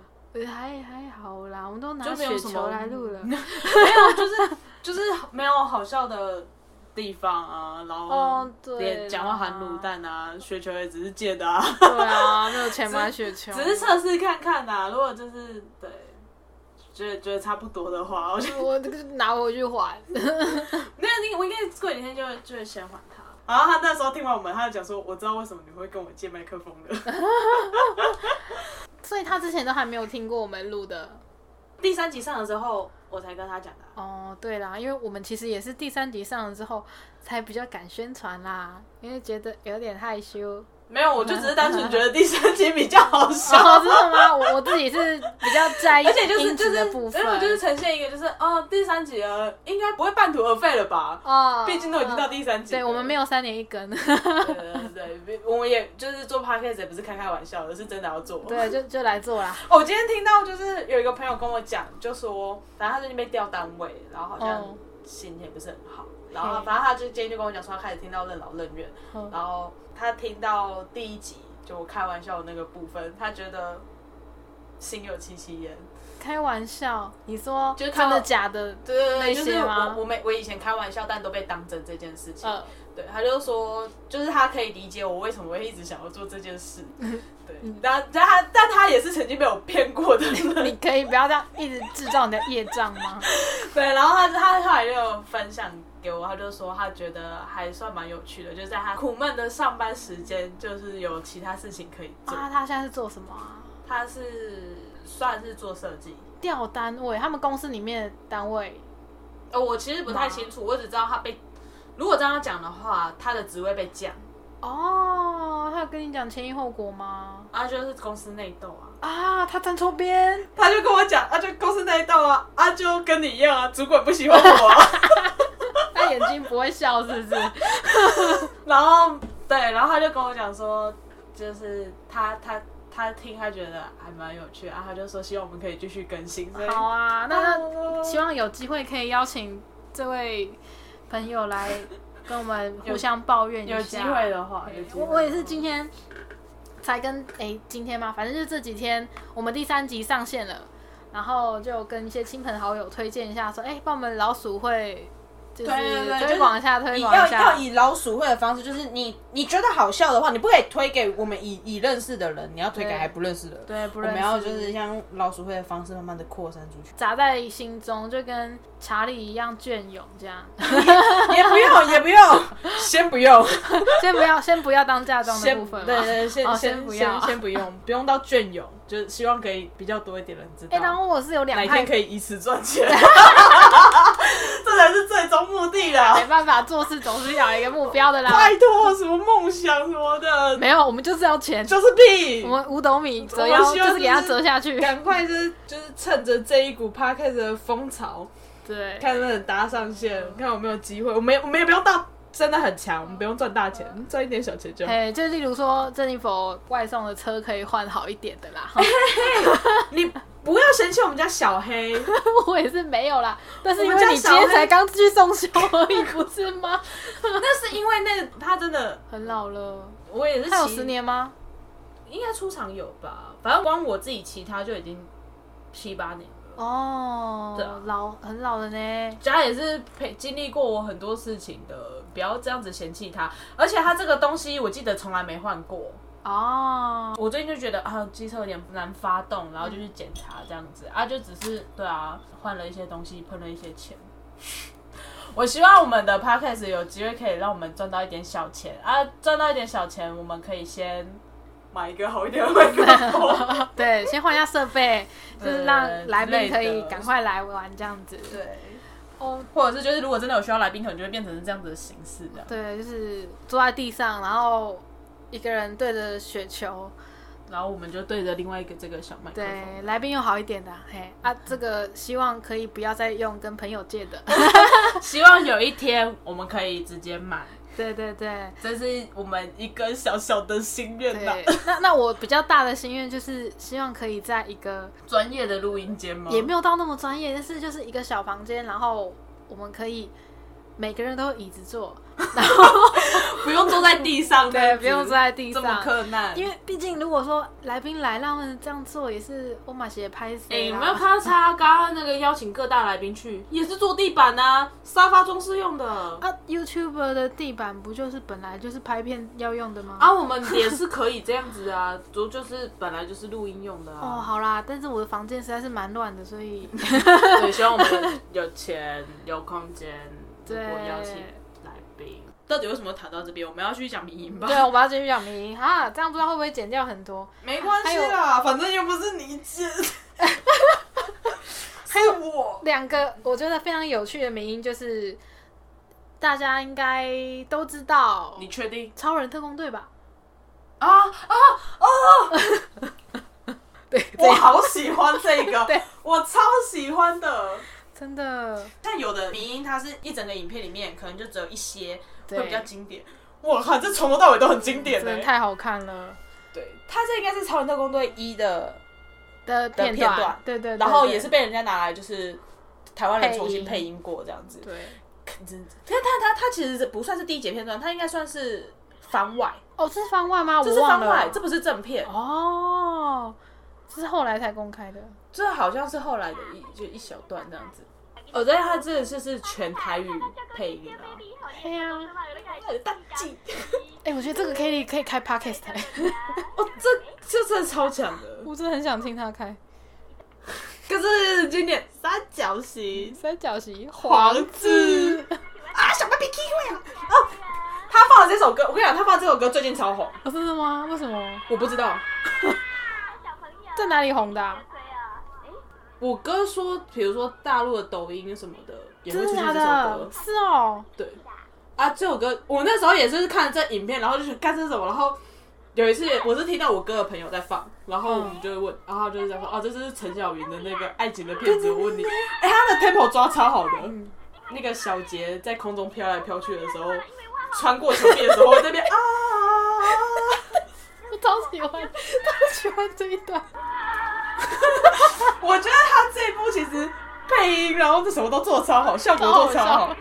还还好啦，我们都拿
就没有嗯
雪
什么
球来录了。
没有，就是就是没有好笑的地方啊，然后
哦对
连
啦
讲话含卤蛋啊，雪球也只是借的啊，
对啊，没有钱买雪球，
只 是测试看看呐、如果就是对，觉得觉得差不多的话，我就
我这个拿回去还。
没有你，我应该过几天就会就会先还他。 然后他那时候听完我们，他就讲说：“我知道为什么你会跟我借麦克风了。
所以他之前都还没有听过我们录的。”
第三集上的时候，我才跟他讲的啊、
哦，对啦，因为我们其实也是第三集上了之后才比较敢宣传啦，因为觉得有点害羞。
没有，我就只是单纯觉得第三集比较好笑。
哦，真的吗？我我自己是比较在意，
而且就是
音质
就是
的，部
因
分，
为我就是呈现一个就是哦，第三集了，应该不会半途而废了吧？
哦，
毕竟都已经到第三集了
对我们没有三年一更，
对对对，我们也就是做 podcast 也不是开开玩笑的，是真的要做。
对，就就来做啦。
哦，我今天听到就是有一个朋友跟我讲，就说反正他最近被调单位，然后好像
哦
心情也不是很好，然后
嘿
反正他就今天就跟我讲说他开始听到任劳任怨，
嗯
然后他听到第一集就我开玩笑的那个部分，他觉得心有戚戚焉。
开玩笑，你说
就是看
真
到
的假的？
对对对，就是
那些吗
我我每我以前开玩笑，但都被当真这件事情。
呃，
对，他就说，就是他可以理解我为什么会一直想要做这件 事。对，
嗯
但但他但他也是曾经被我骗过的 人。
你可以不要这样一直制造你的业障 吗？
对，然后他他后来就有分享给我，他就说他觉得还算蛮有趣的，就是在他苦闷的上班时间，就是有其他事情可以做。
啊，他现在是做什么啊？
他是算是做设计。
调单位，他们公司里面的单位
哦，我其实不太清楚，我只知道他被，如果这样讲的话，他的职位被降，
哦，他有跟你讲前因后果吗？
啊，就是公司内斗啊。
啊，他站错边，
他就跟我讲，啊，就公司那一道啊，啊，就跟你一样啊，主管不喜欢 我，啊
他眼睛不会笑是不是？
然后对，然后他就跟我讲说，就是他他他听他觉得还蛮有趣啊，他就说希望我们可以继续更新，所 以
好啊，那那
那
希望有机会可以邀请这位朋友来跟我们互相抱怨一下。
有机会的话，有机会
我我也是今天才跟哎、今天嘛，反正就是这几天我们第三集上线了，然后就跟一些亲朋好友推荐一下说、哎帮我们老鼠会就是
对对对，
推广一下，
就是
推
你
广
要
一下
要。以老鼠会的方式，就是你你觉得好笑的话，你不可以推给我们已已认识的人，你要推给
对
还不认识的人。
对不
我
认识
们要就是像老鼠会的方式，慢慢的扩散出去。
砸在心中，就跟查理一样隽永这样。
也不用， 也不用，先不用，
先不要，先不要当嫁妆的部分嘛。
对对，先、
哦
先
先不要
先，先不用，不用到隽永，就是希望可以比较多一点人知道，
哎、然后我是有
哪
两
一
派
天可以以此 赚钱，这才是最终目的啦
没！办法，做事总是要有一个目标 的啦。
拜托，啊什么梦想什么的，
没有，我们就是要钱，
就是屁
我！们五斗米折
我
腰，
们希望
就是给它
就是
折下去。
赶快就是就是趁着这一股 p o d c a s 的风潮，
对，
看能不能搭上线，
嗯
看有没有机会。我们我们也不用到真的很强，我们不用赚大钱，赚一点小钱就好。
哎，就例如说，珍妮佛外送的车可以换好一点的啦。
你不要嫌弃我们家小 黑，
我也是没有啦，但是因
我们家
为你今天
小黑
才刚去送修而已，不是吗？
那是因为那个他真的，
很老了，
我也是
他有
骑
十，年吗？
应该出场有吧？反正光我自己骑他就已经七八年了。
哦
对啊，
老很老了呢。
家也是陪经历过我很多事情的，不要这样子嫌弃他。而且他这个东西，我记得从来没换过。
哦，
我最近就觉得啊，机车有点难发动，然后就去检查这样子啊，就只是对啊，换了一些东西，喷了一些钱。我希望我们的 podcast 有机会可以让我们赚到一点小钱啊，赚到一点小钱，我们可以先买一个好一点的麦克风。
对，先换一下设备，就是让来
之
宾
类呃的
可以赶快来玩这样子。
对，
哦，
或者是就是如果真的有需要来宾，可能就会变成这样子的形式这样，
对，就是坐在地上，然后一个人对着雪球，
然后我们就对着另外一个这个小麦克风。
对，来宾用好一点的啊，嘿啊，
嗯
这个希望可以不要再用跟朋友借 的，
希望有一天我们可以直接买，
对对对
这是我们一个小小的心愿呐。
对。那那我比较大的心愿就是希望可以在一个
专业的录音间吗？
也没有到那么专业，但是就是一个小房间，然后我们可以每个人都有椅子 坐，
不用坐在地 上，这
对，
样
不用
子
坐在地
这么
上。
困难。
因为毕竟，如果说来宾来，让他们这样做也是欧马鞋拍死。
哎、有没有看到他刚刚那个邀请各大来宾 去，也是坐地板啊，沙发装饰用的啊
啊？YouTuber 的地板不就是本来就是拍片要用的吗？
啊我们也是可以这样子啊，主就是本来就是录音用的
哦，
啊。
好啦，但是我的房间实在是蛮乱的，所以
对，希望我们有钱有空间，
对
如果邀请来宾。啊到底为什么谈到这边？我们要去讲迷音 吧？
对，我们要继续讲迷因啊，这样不知道会不会剪掉很多。
没关系啦，反正又不是你剪， 还有我。
两个我觉得非常有趣的迷因就是，大家应该都知道
你确定？
超人特工队吧？
啊啊哦！
对，
我好喜欢这 个，
对
我超喜欢的。
真的
像有的迷音，它是一整个影片里面可能就只有一些
对
会比较经典。我靠，这从头到尾都很经典欸
真的
的。
太好看了
对，它这应该是《超人特工队一》的，
的
片
片段，
段
对对对
然后
对
也是被人家拿来就是台湾人
配音
重新配音过这样子。
对
真的，但它它它其实不算是第一节片段，它应该算是番外，
哦，这是番外吗？
这
我
是
忘
番
了
外，这不是正片，
哦，这是后来才公开的，
这好像是后来的一就一小段这样子。哦，对，它这个就是全台语配音啊。
对呀、
大忌
哎、我觉得这个 Kelly 可以开 podcast，、
哦，这这真的超强的。
我真的很想听他开
可是 经典三角形
三角形
黄字啊，小芭比 K 会啊！哦，他放了这首歌，我跟你讲，他放这首歌最近超红，
哦，真的吗？为什么？
我不知道。
在哪里红的啊、
我哥说，比如说大陆的抖音什么的，也会
真
出
的假
现这首歌
的？。是哦，
对，啊，这首歌我那时候也是看这影片，然后就去看这是什么，然后有一次我是听到我哥的朋友在放，然后我们就会问，然后就是在说，哦，这是陈小云的那个《爱情的骗子》， 我问你，哎、他的 tempo 抓超好的，
嗯
那个小杰在空中飘来飘去的时候，穿过球面的时候，我这边 啊。
我超喜欢， 超喜欢这一段。
我觉得他这一部其实配音，然后这什么都做超好，效果做超
超好
好
笑，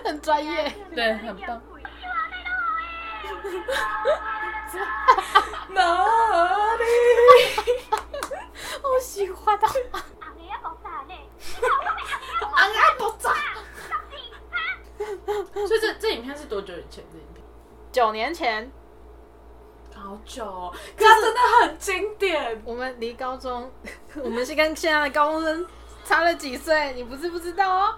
很专业，
对，很
棒。
哪里？
我喜欢啊到
安安啊爆炸！所以这这影片是多久以前的影片？
九年前，
好久、哦，可是真的很经典。
我们离高中， 我们是跟现在的高中生差了几岁，你不是不知道哦。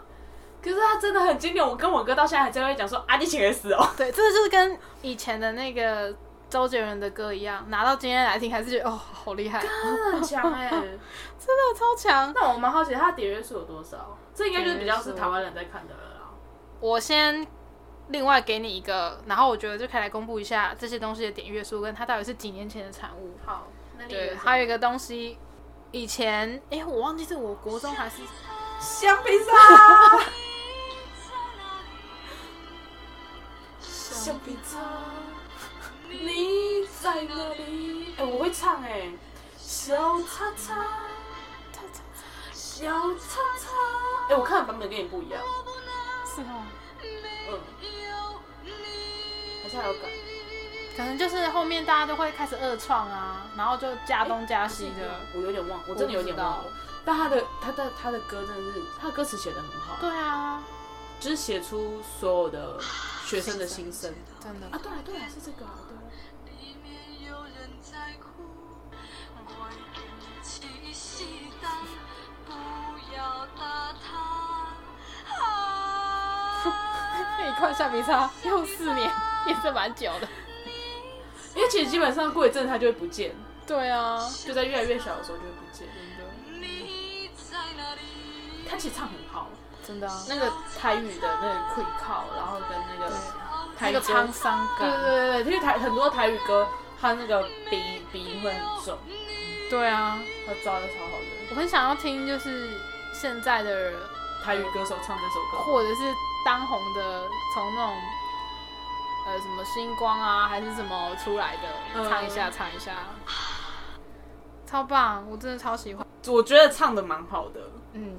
可是它真的很经典，我跟我哥到现在还在会讲说啊，你请人死哦。
对，这就是跟以前的那个周杰伦的歌一样，拿到今天来听，还是觉得哦，好厉害，真
真的很强哎、
的超强。
那我蛮好奇它的点阅数有多少？啊这应该就是比较是台湾人在看的了啦。
我先另外给你一个，然后我觉得就可以来公布一下这些东西的点阅数跟它到底是几年前的产物。
好，那你
对，还有一个东西，以前哎、我忘记是我国中还是
香槟沙，橡皮擦，你在哪里？哎、我会唱哎、小叉叉，小叉叉。哎、我看的版本跟你不一样，
是哦，
嗯，好像还有改。
可能就是后面大家都会开始二创啊，然后就加东加西的。
我有点忘，我真的有点忘
我不
了。但他的他的他的歌真的是，他的歌词写的很好，
对啊，
就是写出所有的学生的心声。
真的
啊，对了对了，是这个啊，对啊。
那一块橡皮擦用四年也是蛮久的。
因为其实基本上过一阵它就会不见，
对啊，
就在越来越小的时候就会不见。他其实唱很好，
真的啊，
那个台语的那个 q u 靠，然后跟那个台
那
语
个
歌
沧桑
对对
感。
对对，因为台很多台语歌，它那个鼻鼻音会很重，
对啊，
他抓的超好的。
我很想要听就是现在的人，
台语歌手唱这首歌，
或者是当红的，从那种呃什么星光啊，还是什么出来的，
嗯
唱一下，唱一下， 超棒，我真的超喜欢。
我觉得唱的蛮好的。
嗯，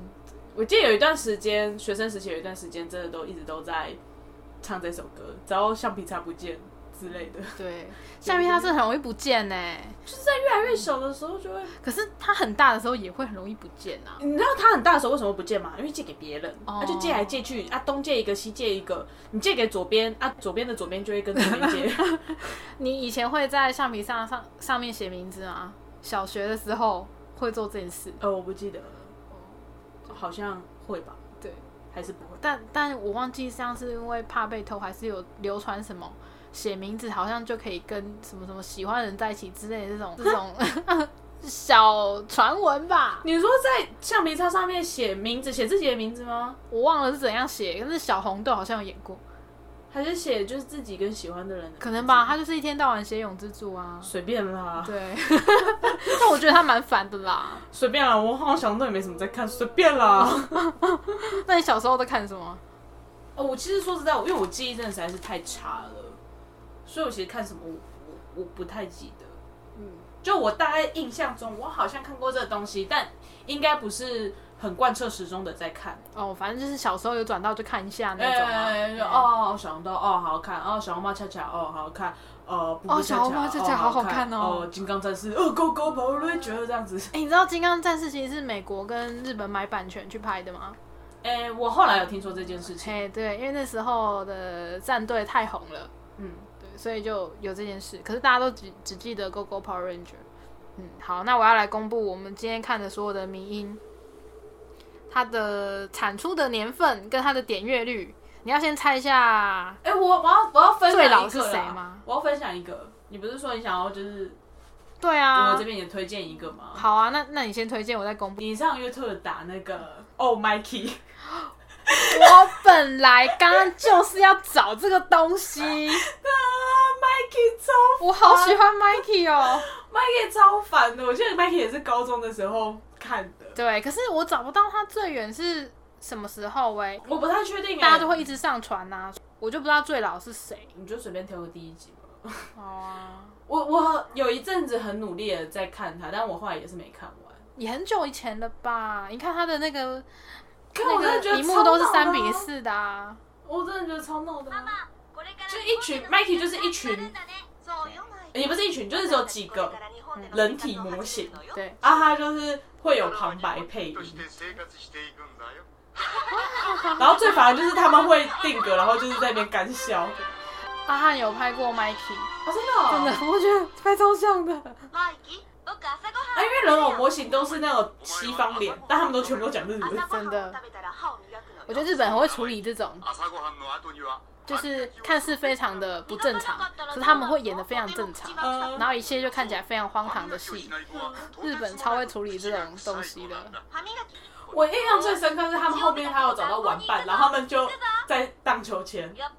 我记得有一段时间，学生时期有一段时间，真的都一直都在唱这首歌，只要橡皮擦不见之类的。
对，橡皮擦是很容易不见呢、欸
就是在越来越小的时候，就会
可是它很大的时候也会很容易不见啊。
你知道他很大的时候为什么不借吗？因为借给别人，他、
哦
就借来借去啊，东借一个西借一个，你借给左边啊，左边的左边就会跟左边 借。
你以前会在橡皮擦上上面写名字吗？小学的时候会做这件事，
呃，我不记得了，好像会吧，
哦对，
还是不会。
但但我忘记像是因为怕被偷，还是有流传什么写名字好像就可以跟什么什么喜欢的人在一起之类的这种这种 小传闻吧。
你说在橡皮擦上面写名字，写自己的名字吗？
我忘了是怎样写，但是小红豆好像有演过，
还是写就是自己跟喜欢的人的名字？
可能吧。他就是一天到晚写永之助啊。
随便啦，
对， 但我觉得他蛮烦的啦。
随便啊啦，我好像小红豆也没什么在看，随便啦。
那你小时候都看什么？
哦，我其实说实在，我因为我记忆真的实在是太差了，所以我其实看什么我我我不太记得。
嗯，
就我大概印象中，我好像看过这个东西，但应该不是很贯彻始终的在看。
哦，反正就是小时候有转到就看一下那种啊。
哎、
嗯
就哦，小红豆哦，好好看哦，小红帽恰恰哦，好好看。呃，布布
哦
恰
小红帽恰恰
哦好
好好看哦
哦，金刚战士，哦，狗狗跑瑞觉得这样子。
哎、你知道《金刚战士》其实是美国跟日本买版权去拍的吗？
哎、我后来有听说这件事情。
哎、对，因为那时候的战队太红了，
嗯，
对，所以就有这件事。可是大家都只只记得 Go Go Power Ranger。嗯，好，那我要来公布我们今天看的所有的迷音，它的产出的年份跟它的点阅率，你要先猜一下。
哎、我我要我要分享一
最
个
老是谁
啦
吗？
我要分享一个，你不是说你想要就是
对
我
啊
这，边也推荐一个吗？
好啊，那那你先推荐，我再公布。
你上 YouTube 打那个
哦
Oh Mikey，
我本来刚刚就是要找这个东 西，
啊，Mikey 超
我好喜欢 Mikey 哦。
Mikey 超烦的，我记得 Mikey 也是高中的时候看的，
对，可是我找不到它最远是什么时候喂、
我不太确定、欸，
大家都会一直上传呐、我就不知道最老是谁。
你就随便挑个第一集吧。
好啊，
我我有一阵子很努力的在看它，但我后来也是没看完。
也很久以前了吧？你看他的那个
看我真
那
的觉
个
得
一幕都是
超闹的啊
三比，四的啊。
我真的觉得超闹的啊、
就一群 Mikey 就是一群，
也不是一群，就是只有几个人体模型
对，
啊，它就是会有
有
旁
旁
白
白
配
配
音
音，。
然后最烦的就是他们会定格，然后就是在那边干笑。啊，
阿汉有拍过 Mikey，
真的、哦，
真的，我觉得拍超像的。
啊，
哎
因为人偶模型都是那种西方脸，但他们都全部都讲日文。
真的我觉得日本很会处理这种，就
就是是
看
看
似
似
非
非
常
常的
的不正常，可是他们会演的非常正常，
嗯
然后一切就看起来非常荒唐
唐
的
的
戏
戏。，
日
日
本
本
超
超
会
会
处
处
理
理
这
这
种
种
东
东
西
西
的
的。
我印象最深刻是他们后面还有找到玩伴，然后他们就在荡秋千，然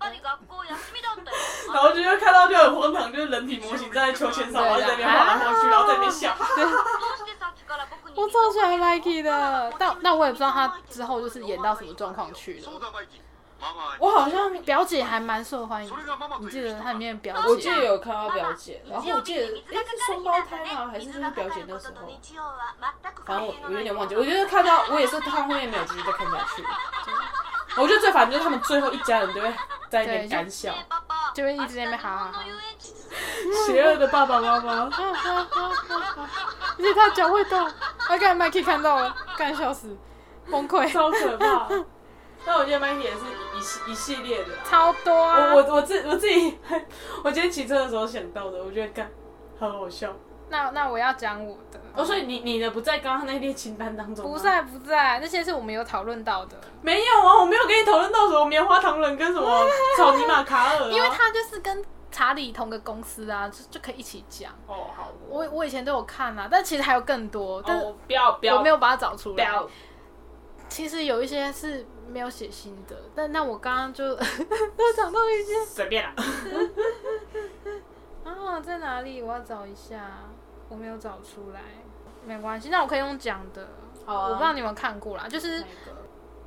后就会看到就很荒唐，就是人体模型站在秋千上，然后在那边晃来晃去，然后在那边笑。
我超喜欢 Mikey 的，但但我也不知道他之后就是演到什么状况去了。
我好像
表姐还蛮受欢迎的，你
你
记得它里面的表姐？
我记得有看到表姐，然后我记得哎是双胞胎吗？还是就是表姐那时候？反正我我有点忘记，我觉得看到我也是看后面没有继续再看下去。我觉得最烦就是他们最后一家人都会在那边干笑，
就会一直在那边哈哈哈。
邪恶的爸爸妈妈。
哈哈哈哈哈哈！ 而且他脚会动，啊，刚才 Mikey 看到了，干笑死，崩溃，
超可怕。但我觉得 Mikey 也是一系一系列的啦。
超多啊！
我我我自我自己，我今天骑车的时候想到的，我觉得干好好笑。
那那我要讲我的，
哦，所以你你的不在刚刚那列清单当中吗
不在不在，那些是我们有讨论到的，
没有啊，我没有跟你讨论到什么棉花糖人跟什么草泥马卡尔、啊，
因为他就是跟查理同个公司啊，就就可以一起讲。
哦好，
我我以前都有看啊，但其实还有更多，但
哦不要不要
我没有把它找出
不
来
要。，
其实有一些是没有写新的，但那我刚刚就 都找到一些
随便啦。
啊，在哪里？我要找一下，我没有找出来，没关系，那我可以用讲的。
好啊
我不知道你有没有看过啦， 就是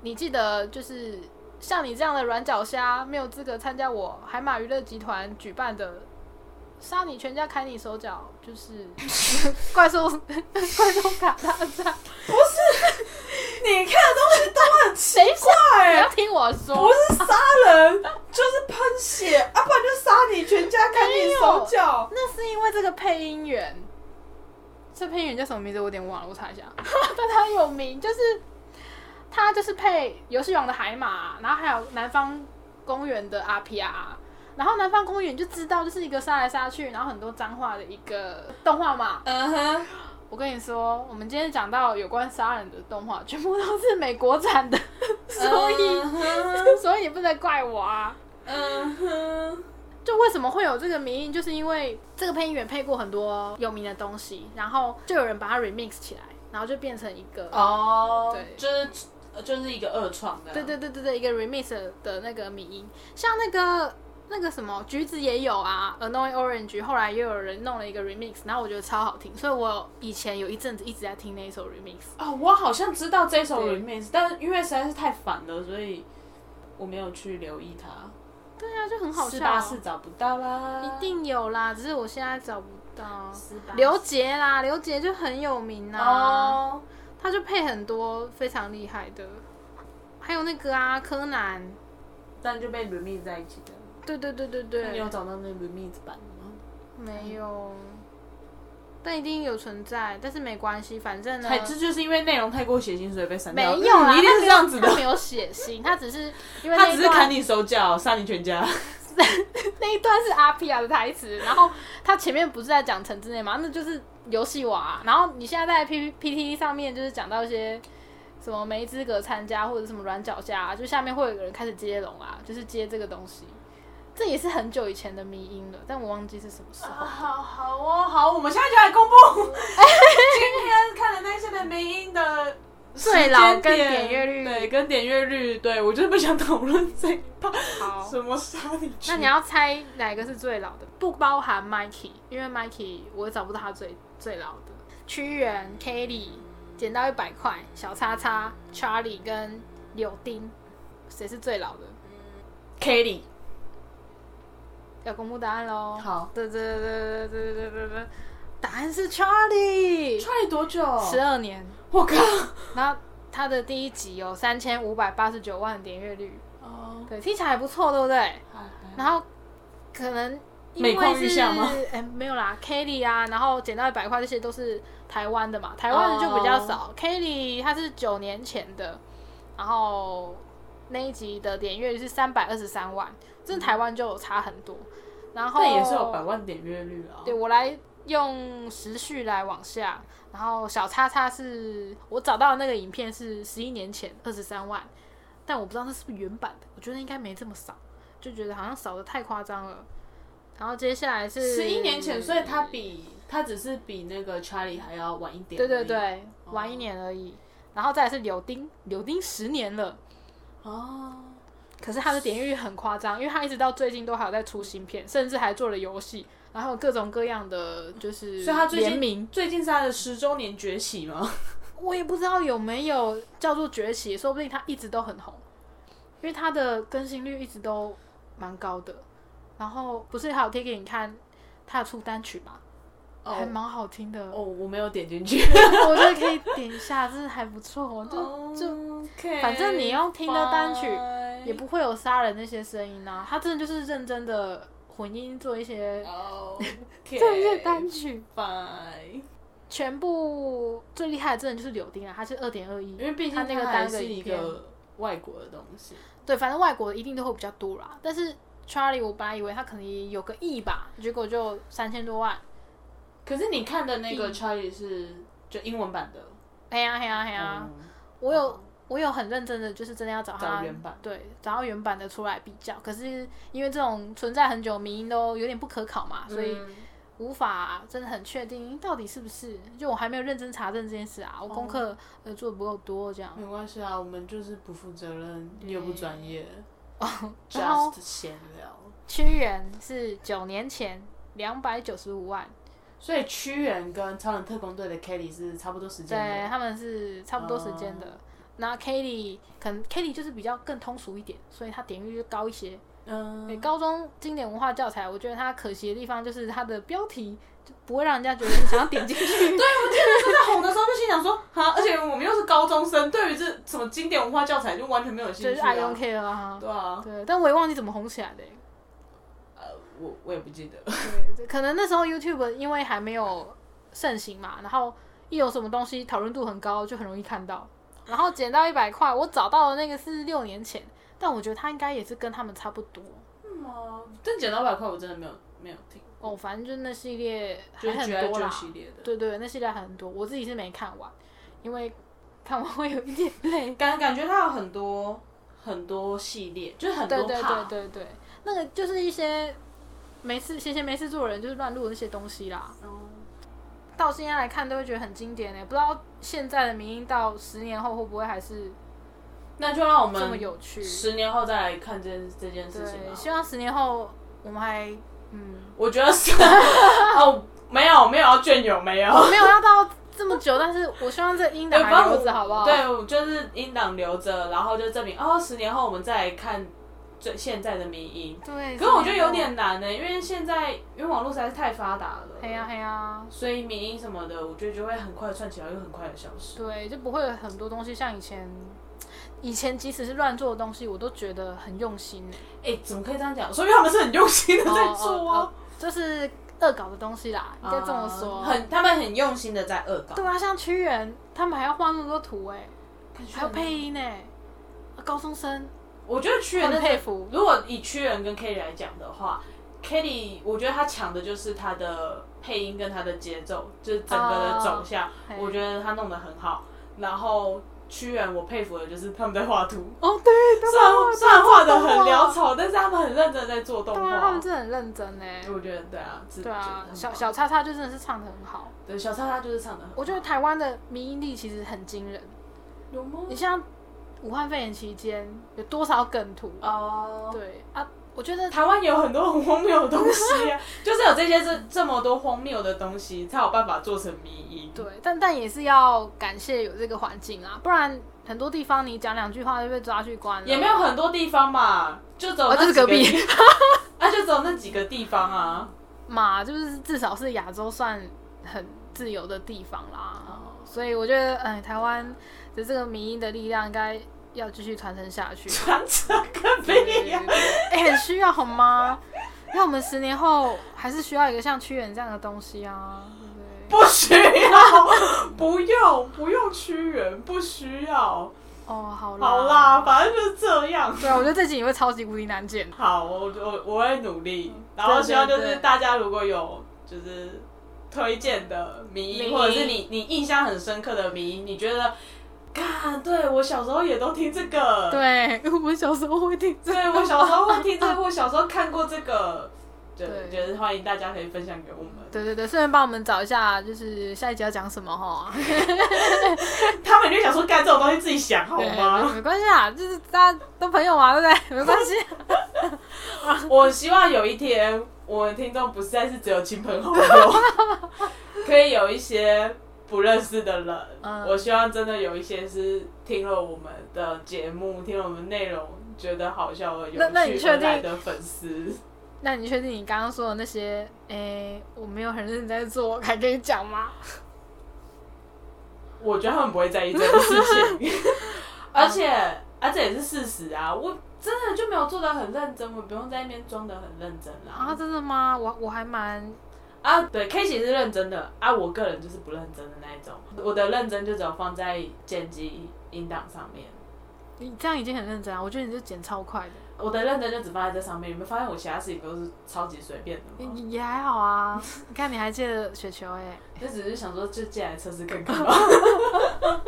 你记得，就是像你这样的软脚虾没有资格参加我海马娱乐集团举办的“杀你全家，砍你手脚”，就是 怪兽怪兽卡大战。
你看的东西都很奇怪
你
哎、
要听我
不
说，
是杀人就是喷血，啊，不然就杀你全家，砍你手脚。
那是因为这个配音员，这配音员叫什么名字？我有点忘了，我查一下。 但他有名，就是他就是配《游戏王》的海马，然后还有《南方公园》的 RPR。然后《南方公园》就知道就是一个杀来杀去，然后很多脏话的一个动画嘛。
嗯哼，
我跟你说，我们今天讲到有关杀人的动画，全部都是美国产的， 所以、
嗯 哼
所以也不能怪我啊。
嗯哼，
就为什么会有这个迷因，就是因为这个配音员配过很多有名的东西，然后就有人把它 remix 起来，然后就变成一个，
哦
对
就是呃就是一个二创的，
对对对对对，一个 remix 的那个迷音，像那个那个什么橘子也有啊，Annoy Orange，后来也有人弄了一个 remix，然后我觉得超好听，所以我以前有一阵子一直在听那一首 remix，
哦，我好像知道这首
对
remix，但是因为实在是太烦了，所以我没有去留意它。
对啊，就很好
四
笑、
八
啊
四，找不到啦，
一定有啦，只是我现在找不到。
484
刘杰啦，刘杰就很有名啊。
哦，
他就配很多非常厉害的，还有那个啊，柯南，
但就被 remix 在一起的。
对对对对
那你有
对，
找到那 remix 版的吗？
没有，但一定有存在，但是没关系，反正呢，
太这就是因为内容太过血腥，所以被删
嗯没
掉。
有啦，
嗯一定是这样子
他。
的
没有他没有血腥，他只是因为
他
那
只
一
是砍
段
你手脚，杀你全家。
那一段是阿皮亚的台词，然后他前面不是在讲城之内嘛，那就是游戏娃、啊然后你现在在 P P T 上面就是讲到一些。什么没资格参加或者什么软脚架、啊，就下面会有一个人开始接龙啊，就是接这个东西。这也是很久以前的迷音了，但我忘记是什么时候。
好好哦，好，我们现在就来公布今天看的那些的梅音的
最老
时间
跟点阅率
对，跟点阅率，对我就是不想讨论这一趴。
好
什么杀你？
那你要猜哪个是最老的？不包含 Mikey，因为 Mikey 我找不到他最最老的。屈原、Kelly、捡到一百块、小叉叉、Charlie 跟柳丁，谁是最老的？
Kelly，
要公布答案喽！
好
对，对对对对对对对，答案是 Charlie，
穿了多久？
十二年。
我靠！
然后他的第一集有三千五百八十九万点阅率，
哦，
对，听起来还不错，对不对？
好
然后可能因
每况
为
愈
是
下吗
哎、没有啦 k e l l y 啊，然后捡到一百块这些都是台湾的嘛，台湾的就比较
哦
少。k e l l y 她是九年前的，然后那一集的点阅率是三百二十三万，这台湾就有差很多。然后
但也是有百万点阅率啊。
对我来用时序来往下，然后小叉叉是我找到的那个影片是十一年前二十三万，但我不知道那是不是原版的，我觉得应该没这么少，就觉得好像少的太夸张了。然后接下来是
十一年前，所以他比他只是比那个 Charlie 还要晚一点。
对对。对，
哦
晚一年而已。然后再来是柳丁，柳丁十年了，
哦，
可是他的点阅率很夸张，因为他一直到最近都还有在出新片，甚至还做了游戏，然后有各种各样的就是
所以他最
联
近
名。
最近是他的十周年崛起吗？
我也不知道有没有叫做崛起，说不定他一直都很红，因为他的更新率一直都蛮高的。然后不是还有贴给你看他的出单曲嘛，还蛮好听的，
哦，我没有点进去。
我觉得可以点一下，真的还不 错。
哦
就就
OK，
反正你用听的单
哎
曲
fine
也不会有杀人那些声音啊，他真的就是认真的混音做一些
哦 OK，
做一些单曲。
fine
全部最厉害的真的就是柳丁啊，他是二点二亿，
因为毕竟
他那个
单
单个
是一
影片
个外国的东西，
对，反正外国的一定都会比较多啦。但是 Charlie，我本来以为他可能也有个亿吧，结果就三千多万。
可是你看的那个
嗯
Charlie 是就英文版的，
嘿呀嘿呀嘿呀！
嗯
啊我有我有很认真的，就是真的要找他
找原版
对，找到原版的出来比较。可是因为这种存在很久的迷因都有点不可考嘛，所以
嗯
无法真的很确定到底是不是。就我还没有认真查证这件事啊，我
哦
功课、呃做的不够多这样。
没关系啊，我们就是不负责任又不专业
嗯然后
，just 闲聊。
屈原是九年前两百九十五万，
所以屈原跟超人特工队的 Kelly 是差不多时间
对，
的，哦
他们是差不多时间的。那 Kelly 可能 Kelly 就是比较更通俗一点，所以他点阅率就高一些。对，
嗯，
高中经典文化教材，我觉得它可惜的地方就是它的标题就不会让人家觉得你想要点进 去。对，
在红的时候就心想说，哈，而且我们又是高中生，对于这什么经典文化教材就完全没有兴
就
趣、
是
啊。
I don't care 啊。
对啊，
对，但我也忘记怎么红起来的欸。
呃，我我也不记得。
对，可能那时候 YouTube 因为还没有盛行嘛，然后一有什么东西讨论度很高，就很容易看到。然后捡到一百块，我找到的那个是六年前，但我觉得他应该也是跟他们差不多。
吗？ 但剪刀百块我真的没有没有听，
哦，反正就那系列还
就是
很
觉得
多
旧
啦。
系列的。
对对，那系列还很多，我自己是没看完，因为看完会有一点累。
感感觉它有很多很多系列，就是 很多
对对对
怕。
对对，那个就是一些没事闲闲没事做的人就是乱录的那些东西啦。
哦
到现在来看都会觉得很经典呢、欸不知道现在的民音到十年后会不会还是
那就让我
这么
们
有趣？
十年后再来看这这件事情
对，希
吧。
望十年后我们还嗯
我觉得是 哦，没有没有要隽永没有。
没有要到这么久，但是我希望这音档
对，
还
帮
留着好不好？
对，我就是音档留着，然后就证明哦，十年后我们再来看最现在的民音。
对，
可是我觉得有点难呢、因为现在因为网络实在是太发达了，
黑哎呀黑呀，
所以民音什么的，我觉得就会很快串起来，又很快的消失。
对，就不会有很多东西像以前。以前即使是乱做的东西，我都觉得很用心呢、
哎、怎么可以这样讲？说明他们是很用心的在做
哦
啊
哦，就是恶搞的东西啦，应该这么说。
啊很，他们很用心的在恶搞，
对啊，像屈原，他们还要画那么多图哎、还
还
有配。音呢、哎高中生
我觉得屈原
很
的
佩服。
如果以屈原跟 Kelly 来讲的话，Kelly 我觉得他强的就是他的配音跟他的节奏，就是整个的走向
哦嘿
我觉得他弄得很好。然后屈原我佩服的就是他们在画图，
哦，对，
虽然虽然画的
动
很
画
潦草，但是他们很认真地在做动
对啊，他
画
们。真的很认真呢、
我觉得对啊，是
对
觉得
啊
很，好
小小叉叉就真的是唱的很好。
对小叉叉就是唱的很好，
我觉得台湾的民音力其实很惊人。
有吗？
你像武汉肺炎期间有多少梗图？
哦、
对啊，我觉得
台湾有很多很荒谬的东西啊，就是有这些这这么多荒谬的东西，才有办法做成迷音。
对，但但也是要感谢有这个环境啊，不然很多地方你讲两句话就被抓去关了。
也没有很多地方嘛，就走
哦就是隔壁，
啊，就走那几个地方啊。
嘛，就是至少是亚洲算很自由的地方啦。
哦
所以我觉得，哎，台湾的这个民音的力量应该要继续传承下 去。
传承跟
对
飞呀
对对，对哎、很需要好吗？那我们十年后还是需要一个像屈原这样的东西啊，对不对？
不需要，不用，不用屈原，不需要。
哦，好啦，
好啦，，反正就是这样。
对啊，我觉得这集你会超级无敌难剪。
好，我我我会努力，然后希望就
对对
是
对
大家如果有就是推荐的迷
迷
音，或者是你你印象很深刻的迷音，你觉得，干，对我小时候也都听这个，，
对，我小时候会听 这
对我小时候会听这个，我小时候看过这个，对，
对
就是欢迎大家可以分享给我们，
对对对，顺便帮我们找一下，就是下一集要讲什么哈。
他们就想说干这种东西自己想好
对，
吗？
没关系啊，就是大家都朋友嘛，对不对？没关系，
我希望有一天我的听众不再是只有亲朋好友， 可以有一些不认识的人。
嗯
我希望真的有一些是听了我们的节目，听了我们内容觉得好笑而有
那那你
趣
确
而
定
来的粉丝。
那你确定你刚刚说的那些，诶、我没有很认真在做，还可以讲吗？
我觉得他们不会在意这件事 情，而且啊，这也是事实啊。我真的就没有做的很认真，我不用在那边装的很认真
啊，
啦。
真的吗？我我还蛮，
啊，对，K 姐是认真的啊，我个人就是不认真的那一种。我的认真就只有放在剪辑音档上面，
你这样已经很认真啊，我觉得你这剪超快的，
我的认真就只放在这上面。你们发现我其他事情都是超级随便的
也
吗？
也还好啊。你看你还借了雪球哎、
就只是想说，就进来测试看看吧。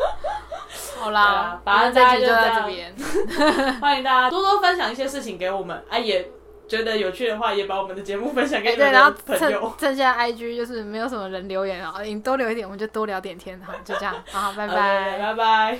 好
对
啦
啊，反正
这
大家
集就
就这
到
样
这 边，
欢迎大家多多分享一些事情给我们啊，也觉得有趣的话，也把我们的节目分享给
哎
你们
对，然
的
后
朋
趁
友。
趁现在 IG 就是没有什么人留言啊，你多留一点，我们就多聊点天哈，就这样，好，拜
拜拜，
拜。
拜拜。